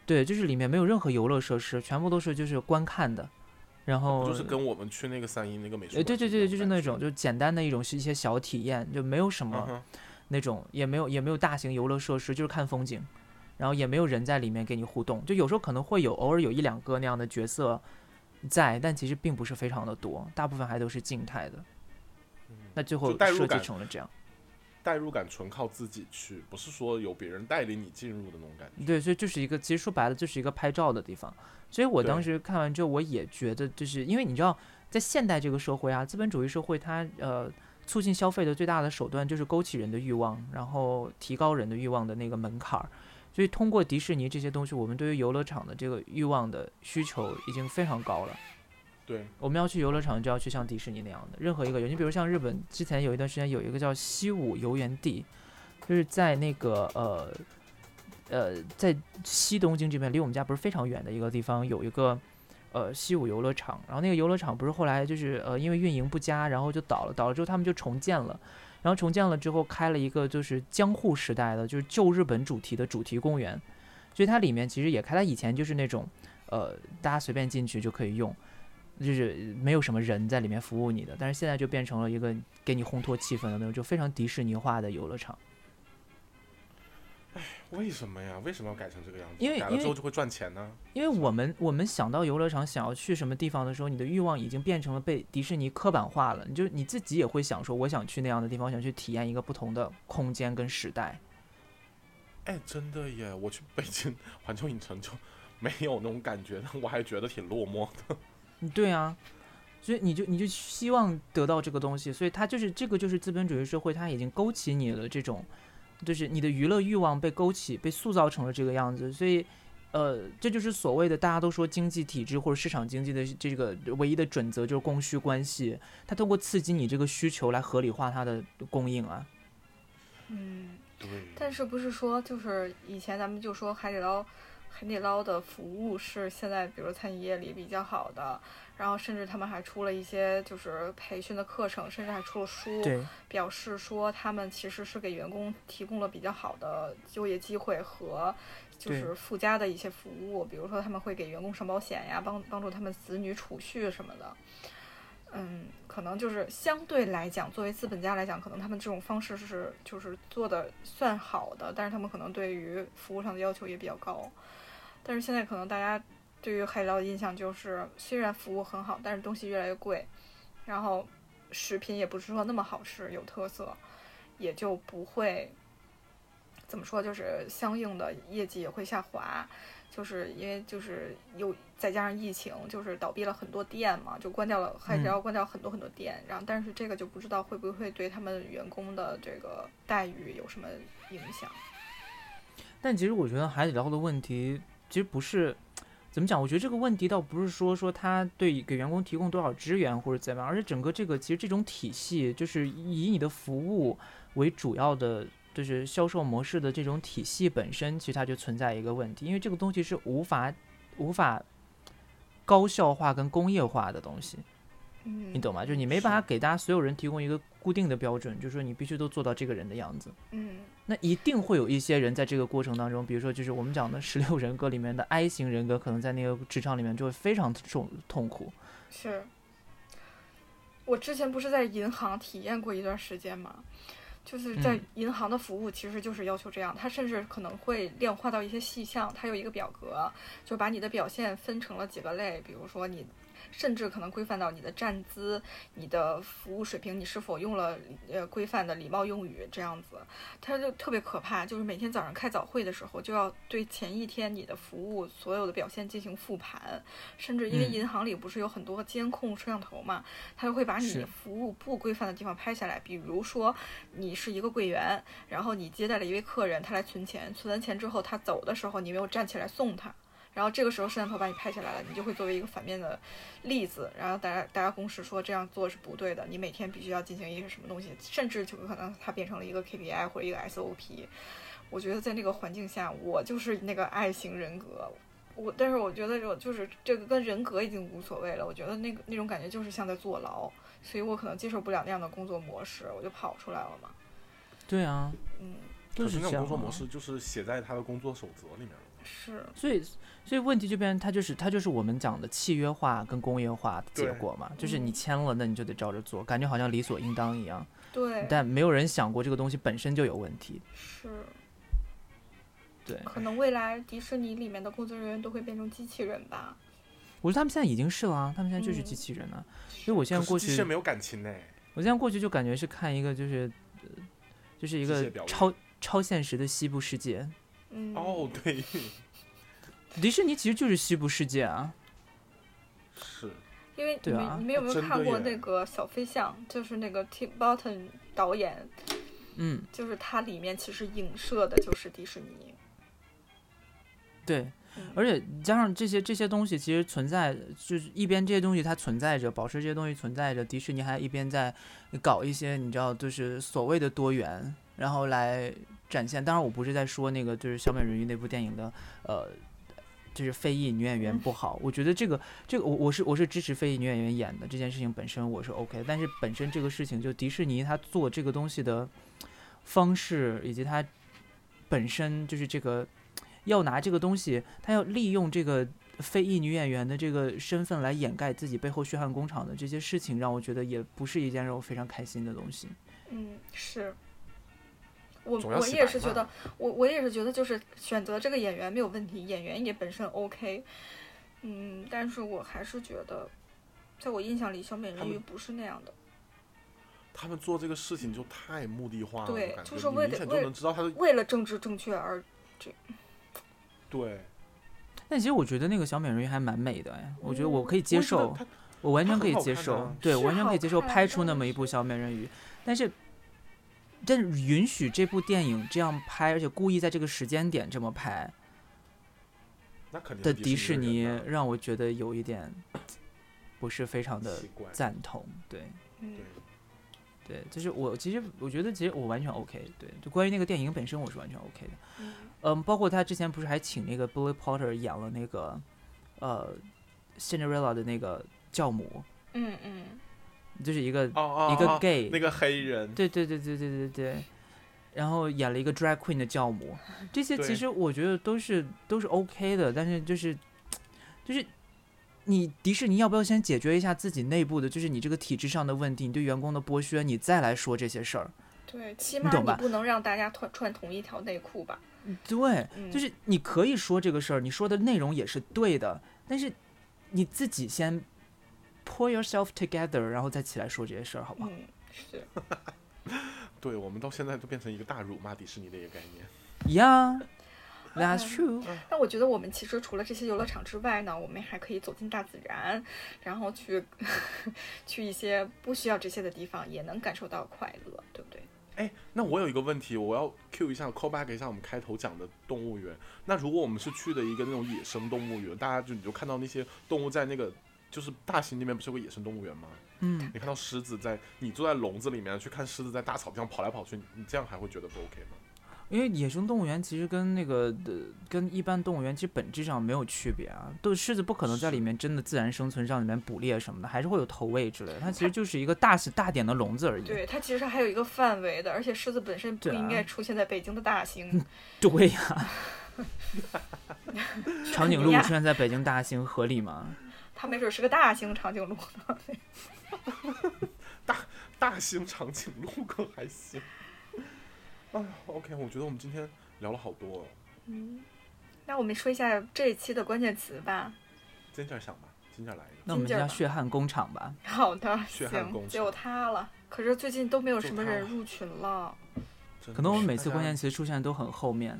Speaker 2: 对，就是里面没有任何游乐设施，全部都是就是观看的，然后
Speaker 1: 哦，就是跟我们去那个三阴那个美术
Speaker 2: 呃
Speaker 1: 馆，
Speaker 2: 对对对，就是那
Speaker 1: 感
Speaker 2: 种
Speaker 1: 觉
Speaker 2: 就简单的一种是一些小体验，就没有什
Speaker 1: 嗯
Speaker 2: 么
Speaker 1: 哼，
Speaker 2: 那种，也没有也没有大型游乐设施，就是看风景，然后也没有人在里面给你互动，就有时候可能会有偶尔有一两个那样的角色在，但其实并不是非常的多，大部分还都是静态的。那最后
Speaker 1: 嗯就代入
Speaker 2: 设计
Speaker 1: 感
Speaker 2: 成了这样，
Speaker 1: 代入感纯靠自己去，不是说有别人带领你进入的那种感觉。
Speaker 2: 对，所以就是一个，其实说白了就是一个拍照的地方。所以我当
Speaker 1: 对
Speaker 2: 时看完之后，我也觉得，就是因为你知道，在现代这个社会啊，资本主义社会它，呃促进消费的最大的手段就是勾起人的欲望，然后提高人的欲望的那个门槛儿。所以通过迪士尼这些东西，我们对于游乐场的这个欲望的需求已经非常高了。
Speaker 1: 对，
Speaker 2: 我们要去游乐场，就要去像迪士尼那样的任何一个游。你比如像日本之前有一段时间有一个叫西武游园地，就是在那个呃呃在西东京这边，离我们家不是非常远的一个地方，有一个呃西武游乐场。然后那个游乐场不是后来就是呃因为运营不佳，然后就倒了，倒了之后他们就重建了。然后重建了之后，开了一个就是江户时代的，就是旧日本主题的主题公园，所以它里面其实也开，它以前就是那种，呃，大家随便进去就可以用，就是没有什么人在里面服务你的，但是现在就变成了一个给你烘托气氛的那种，就非常迪士尼化的游乐场。
Speaker 1: 为什么呀？为什么要改成这个样子？
Speaker 2: 因为
Speaker 1: 改
Speaker 2: 因
Speaker 1: 了
Speaker 2: 为
Speaker 1: 之后就会赚钱呢？
Speaker 2: 因为我们我们想到游乐场想要去什么地方的时候，你的欲望已经变成了被迪士尼刻板化了，你就你自己也会想说，我想去那样的地方，我想去体验一个不同的空间跟时代。
Speaker 1: 哎，真的耶！我去北京环球影城就没有那种感觉，但我还觉得挺落寞的。
Speaker 2: 对啊，所以你就你就希望得到这个东西，所以它就是这个就是资本主义社会，它已经勾起你了这种，就是你的娱乐欲望被勾起，被塑造成了这个样子，所以。呃，这就是所谓的大家都说经济体制或者市场经济的这个唯一的准则就是供需关系，它通过刺激你这个需求来合理化它的供应啊。
Speaker 3: 嗯，
Speaker 1: 对，
Speaker 3: 但是不是说就是以前咱们就说海底捞，海底捞的服务是现在比如餐饮业里比较好的，然后甚至他们还出了一些就是培训的课程，甚至还出了书，
Speaker 2: 对，
Speaker 3: 表示说他们其实是给员工提供了比较好的就业机会和就
Speaker 2: 对
Speaker 3: 是附加的一些服务，比如说他们会给员工上保险呀，帮帮助他们子女储蓄什么的。嗯，可能就是相对来讲，作为资本家来讲，可能他们这种方式是就是做的算好的，但是他们可能对于服务上的要求也比较高。但是现在可能大家对于海底捞的印象就是，虽然服务很好，但是东西越来越贵，然后食品也不是说那么好吃，有特色，也就不会怎么说，就是相应的业绩也会下滑，就是因为就是又再加上疫情，就是倒闭了很多店嘛，就关掉了，海
Speaker 2: 嗯
Speaker 3: 底捞关掉很多很多店，然后但是这个就不知道会不会对他们员工的这个待遇有什么影响。
Speaker 2: 但其实我觉得海底捞的问题其实不是怎么讲，我觉得这个问题倒不是说说他对给员工提供多少资源或者怎么样，而是整个这个其实这种体系就是以你的服务为主要的。就是销售模式的这种体系本身，其实它就存在一个问题，因为这个东西是无法无法高效化跟工业化的东西。
Speaker 3: 嗯，
Speaker 2: 你懂吗？就是你没办法给大家所有人提供一个固定的标准，就是说你必须都做到这个人的样子。
Speaker 3: 嗯
Speaker 2: 那一定会有一些人在这个过程当中，比如说就是我们讲的十六人格里面的 I 型人格，可能在那个职场里面就会非常重痛苦。
Speaker 3: 是。我之前不是在银行体验过一段时间嘛，就是在
Speaker 2: 嗯
Speaker 3: 银行的服务其实就是要求这样，它甚至可能会量化到一些细项，它有一个表格，就把你的表现分成了几个类，比如说你。甚至可能规范到你的站姿、你的服务水平，你是否用了呃规范的礼貌用语这样子，它就特别可怕。就是每天早上开早会的时候，就要对前一天你的服务所有的表现进行复盘，甚至因为
Speaker 2: 嗯
Speaker 3: 银行里不是有很多监控摄像头嘛，它就会把你
Speaker 2: 是
Speaker 3: 服务不规范的地方拍下来。比如说你是一个柜员，然后你接待了一位客人，他来存钱，存完钱之后他走的时候，你没有站起来送他。然后这个时候摄像头把你拍下来了，你就会作为一个反面的例子，然后大家大家公示说这样做是不对的，你每天必须要进行一个什么东西，甚至就有可能它变成了一个 KPI 或者一个 SOP。我觉得在那个环境下，我就是那个 I 型人格。我但是我觉得我就是这个跟人格已经无所谓了，我觉得那个那种感觉就是像在坐牢，所以我可能接受不了那样的工作模式，我就跑出来了嘛。
Speaker 2: 对啊，
Speaker 3: 嗯，
Speaker 2: 都
Speaker 1: 可
Speaker 2: 是
Speaker 1: 是
Speaker 2: 这
Speaker 1: 那种
Speaker 2: 样、
Speaker 1: 工
Speaker 2: 啊。
Speaker 1: 作模式就是写在他的工作守则里面了。
Speaker 3: 是，
Speaker 2: 所以，所以问题就变成它就是它就是我们讲的契约化跟工业化的结
Speaker 1: 对
Speaker 2: 果嘛，就是
Speaker 3: 嗯
Speaker 2: 你签了，那你就得照着做，感觉好像理所应当一样，
Speaker 3: 对，
Speaker 2: 但没有人想过这个东西本身就有问题。
Speaker 3: 是。
Speaker 2: 对，
Speaker 3: 可能未来迪士尼里面的工作人员都会变成机器人吧。
Speaker 2: 我觉得他们现在已经是了啊，他们现在就是
Speaker 3: 嗯
Speaker 2: 机器人了、啊所以我现在
Speaker 1: 可
Speaker 2: 过
Speaker 1: 是
Speaker 2: 去
Speaker 1: 机器人没有感情呢。
Speaker 2: 我现在过去就感觉是看一个就是，呃就是一
Speaker 1: 机械
Speaker 2: 个
Speaker 1: 表演
Speaker 2: 超超现实的西部世界。
Speaker 3: 嗯，
Speaker 1: 哦，对，
Speaker 2: 迪士尼其实就是西部世界啊，
Speaker 1: 是
Speaker 3: 因为你
Speaker 2: 对
Speaker 3: 们、
Speaker 2: 啊
Speaker 3: 你们有没有
Speaker 1: 真的
Speaker 3: 看过
Speaker 1: 耶
Speaker 3: 那个《小飞象》，就是那个 Tim Burton 导演，
Speaker 2: 嗯，
Speaker 3: 就是它里面其实影射的就是迪士尼。
Speaker 2: 对
Speaker 3: 嗯，
Speaker 2: 而且加上这些这些东西其实存在，就是一边这些东西它存在着，保持这些东西存在着，迪士尼还一边在搞一些你知道就是所谓的多元，然后来展现。当然，我不是在说那个就是小美人鱼那部电影的呃。就是非裔女演员不好，我觉得这个这个我我是我是支持非裔女演员演的这件事情本身我是 OK，但是本身这个事情就迪士尼它做这个东西的方式以及它本身就是这个要拿这个东西，他要利用这个非裔女演员的这个身份来掩盖自己背后血汗工厂的这些事情，让我觉得也不是一件让我非常开心的东西。
Speaker 3: 嗯，是。我
Speaker 4: 总要
Speaker 3: 我
Speaker 4: 洗
Speaker 3: 也
Speaker 4: 白
Speaker 3: 是觉
Speaker 4: 嘛
Speaker 3: 得，我我也是觉得，就是选择这个演员没有问题，演员也本身 OK，嗯，但是我还是觉得，在我印象里，小美
Speaker 1: 他
Speaker 3: 人
Speaker 1: 们
Speaker 3: 鱼不是那样的，
Speaker 1: 他们做这个事情就太目的化了，
Speaker 3: 对
Speaker 1: 我感觉
Speaker 3: 就是
Speaker 1: 你
Speaker 3: 为
Speaker 1: 明
Speaker 3: 了
Speaker 1: 显
Speaker 3: 为
Speaker 1: 就能知道他的
Speaker 3: 为了政治正确而，
Speaker 1: 对，
Speaker 2: 但其实我觉得那个小美人鱼还蛮美的哎，我觉得
Speaker 3: 嗯
Speaker 2: 我可以接
Speaker 1: 我也觉得
Speaker 2: 受，
Speaker 1: 他
Speaker 2: 我完全可以
Speaker 1: 她很好
Speaker 2: 接
Speaker 1: 看
Speaker 2: 受，
Speaker 1: 啊
Speaker 2: 对，我
Speaker 3: 是
Speaker 2: 完全可以接受
Speaker 3: 好看
Speaker 2: 拍出那
Speaker 3: 但
Speaker 2: 么一部
Speaker 3: 是
Speaker 2: 小美人鱼，但是。但是允许这部电影这样拍，而且故意在这个时间点这么拍
Speaker 1: 那肯定
Speaker 2: 的
Speaker 1: 是嗯
Speaker 2: 迪士尼
Speaker 1: 人，呐
Speaker 2: 让我觉得有一点不是非常的
Speaker 1: 奇怪，
Speaker 2: 赞同。对，
Speaker 3: 嗯
Speaker 1: 对，
Speaker 2: 对，就是我其实我觉得其实我完全 OK，对，就关于那个电影本身我是完全 OK 的，
Speaker 3: 嗯
Speaker 2: 嗯，包括他之前不是还请那个 Billy Potter 演了那个呃 Cinderella 的那个教母，
Speaker 3: 嗯嗯，
Speaker 2: 就是一个、
Speaker 1: 哦哦，
Speaker 2: 一个
Speaker 1: 哦
Speaker 2: gay，、
Speaker 1: 那个黑人，
Speaker 2: 对对对对对对对，然后演了一个 drag queen 的教母，这些其
Speaker 1: 对
Speaker 2: 实我觉得都是都是 OK 的，但是就是就是你迪士尼要不要先解决一下自己内部的，就是你这个体制上的问题，你对员工的剥削，你再来说这些事儿。
Speaker 3: 对，起
Speaker 2: 你
Speaker 3: 码
Speaker 2: 懂
Speaker 3: 你
Speaker 2: 吧
Speaker 3: 不能让大家穿穿同一条内裤吧？
Speaker 2: 对，
Speaker 3: 嗯
Speaker 2: 就是你可以说这个事儿，你说的内容也是对的，但是你自己先 pull yourself together，然后再起来说这些事儿，好不好？
Speaker 3: 嗯，是，
Speaker 1: 对我们到现在都变成一个大辱骂迪士尼的一个概念。
Speaker 2: Yeah, that's
Speaker 3: 嗯
Speaker 2: true。
Speaker 3: 但我觉得我们其实除了这些游乐场之外呢，我们还可以走进大自然，然后去 去一些不需要这些的地方，也能感受到快乐，对不对？
Speaker 1: 哎，那我有一个问题，我要 Q 一下，call back 一下我们开头讲的动物园。那如果我们是去的一个那种野生动物园，大家就你就看到那些动物在那个，就是大型那边不是有个野生动物园吗？
Speaker 2: 嗯，
Speaker 1: 你看到狮子在，你坐在笼子里面去看狮子在大草地上跑来跑去，你你这样还会觉得不 OK 吗？
Speaker 2: 因为野生动物园其实跟那个的、跟一般动物园其实本质上没有区别啊，都狮子不可能在里
Speaker 1: 是
Speaker 2: 面真的自然生存，让里面捕猎什么的，还是会有投喂之类的，它其实就是一个大型大点的笼子而已。
Speaker 3: 对，它其实还有一个范围的，而且狮子本身不
Speaker 2: 对啊
Speaker 3: 应该出现在北京的大兴
Speaker 2: 对呀、长颈鹿
Speaker 3: 呀
Speaker 2: 出现在北京大兴合理吗？
Speaker 3: 它没准是个大型长颈鹿 呢。
Speaker 1: 大型长颈鹿可还行。哎呀，OK，我觉得我们今天聊了好多、哦，
Speaker 3: 嗯，那我们说一下这一期的关键词吧。
Speaker 1: 今天想吧，今天来一个。
Speaker 2: 那我们
Speaker 3: 劲儿
Speaker 2: 叫
Speaker 3: 吧
Speaker 2: 血汗工厂吧。
Speaker 3: 好的，
Speaker 1: 血汗工
Speaker 3: 行，
Speaker 1: 厂
Speaker 3: 只有它了。可是最近都没有
Speaker 1: 就
Speaker 3: 什么
Speaker 1: 它
Speaker 3: 人
Speaker 1: 了
Speaker 3: 入群 了，
Speaker 1: 真的
Speaker 2: 可能我们
Speaker 1: 是
Speaker 2: 每次
Speaker 1: 大家
Speaker 2: 关键词出现的都很后面。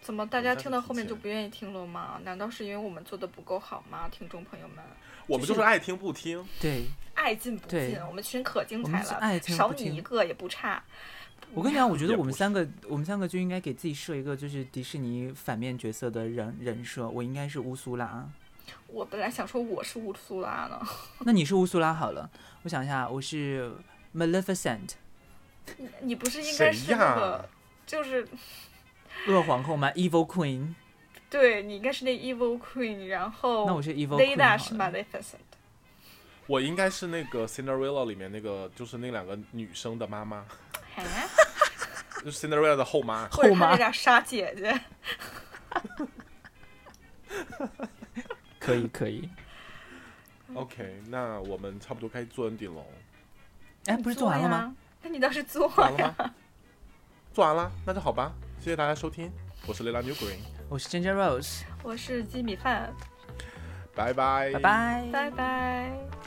Speaker 3: 怎么大家
Speaker 1: 大家
Speaker 3: 听
Speaker 1: 都
Speaker 3: 到
Speaker 1: 提
Speaker 3: 后面就
Speaker 1: 前
Speaker 3: 不愿意听了吗？难道是因为我们做的不够好吗？听众朋友们，
Speaker 1: 我们就是爱听不听，
Speaker 2: 对，
Speaker 3: 爱进不
Speaker 2: 对
Speaker 3: 进，我们群可精
Speaker 2: 我
Speaker 3: 彩
Speaker 2: 们是
Speaker 3: 了，
Speaker 2: 爱听
Speaker 3: 少
Speaker 2: 不
Speaker 3: 你一
Speaker 2: 听。
Speaker 3: 个也不差。
Speaker 2: 我跟你讲，我觉得
Speaker 1: 也
Speaker 2: 我们
Speaker 1: 不
Speaker 2: 三个，我们三个就应该给自己设一个就是迪士尼反面角色的人人设。我应该是乌苏拉，
Speaker 3: 我本来想说我是乌苏拉呢，
Speaker 2: 那你是乌苏拉好了。我想一下，我是 Maleficent
Speaker 3: 你你不是应
Speaker 1: 谁
Speaker 3: 该是那
Speaker 1: 呀
Speaker 3: 个，？就是
Speaker 2: 恶皇后吗？Evil Queen。
Speaker 3: 对你应该是那 evil queen，然后
Speaker 2: 那我是 Evil Queen 好
Speaker 3: Leda
Speaker 2: 了。
Speaker 3: 是 Maleficent，
Speaker 1: 我应该是那个 Cinderella 里面那个，就是那两个女生的妈 妈，
Speaker 3: 哎
Speaker 1: 就是 Cinderella 的后妈。
Speaker 3: 或者
Speaker 2: 后妈
Speaker 3: 他那俩杀姐姐，
Speaker 2: 可以可以。
Speaker 1: OK，那我们差不多该做 ending 了，
Speaker 2: 哎，不是做完了吗？
Speaker 3: 呀？那你倒是做
Speaker 1: 做完了
Speaker 3: 呀！
Speaker 1: 吗？做完了，那就好吧。谢谢大家收听，我是 Lela New Green，
Speaker 2: 我是 Ginger Rose，
Speaker 3: 我是鸡米饭，
Speaker 1: 拜拜，
Speaker 2: 拜拜。
Speaker 3: 拜拜。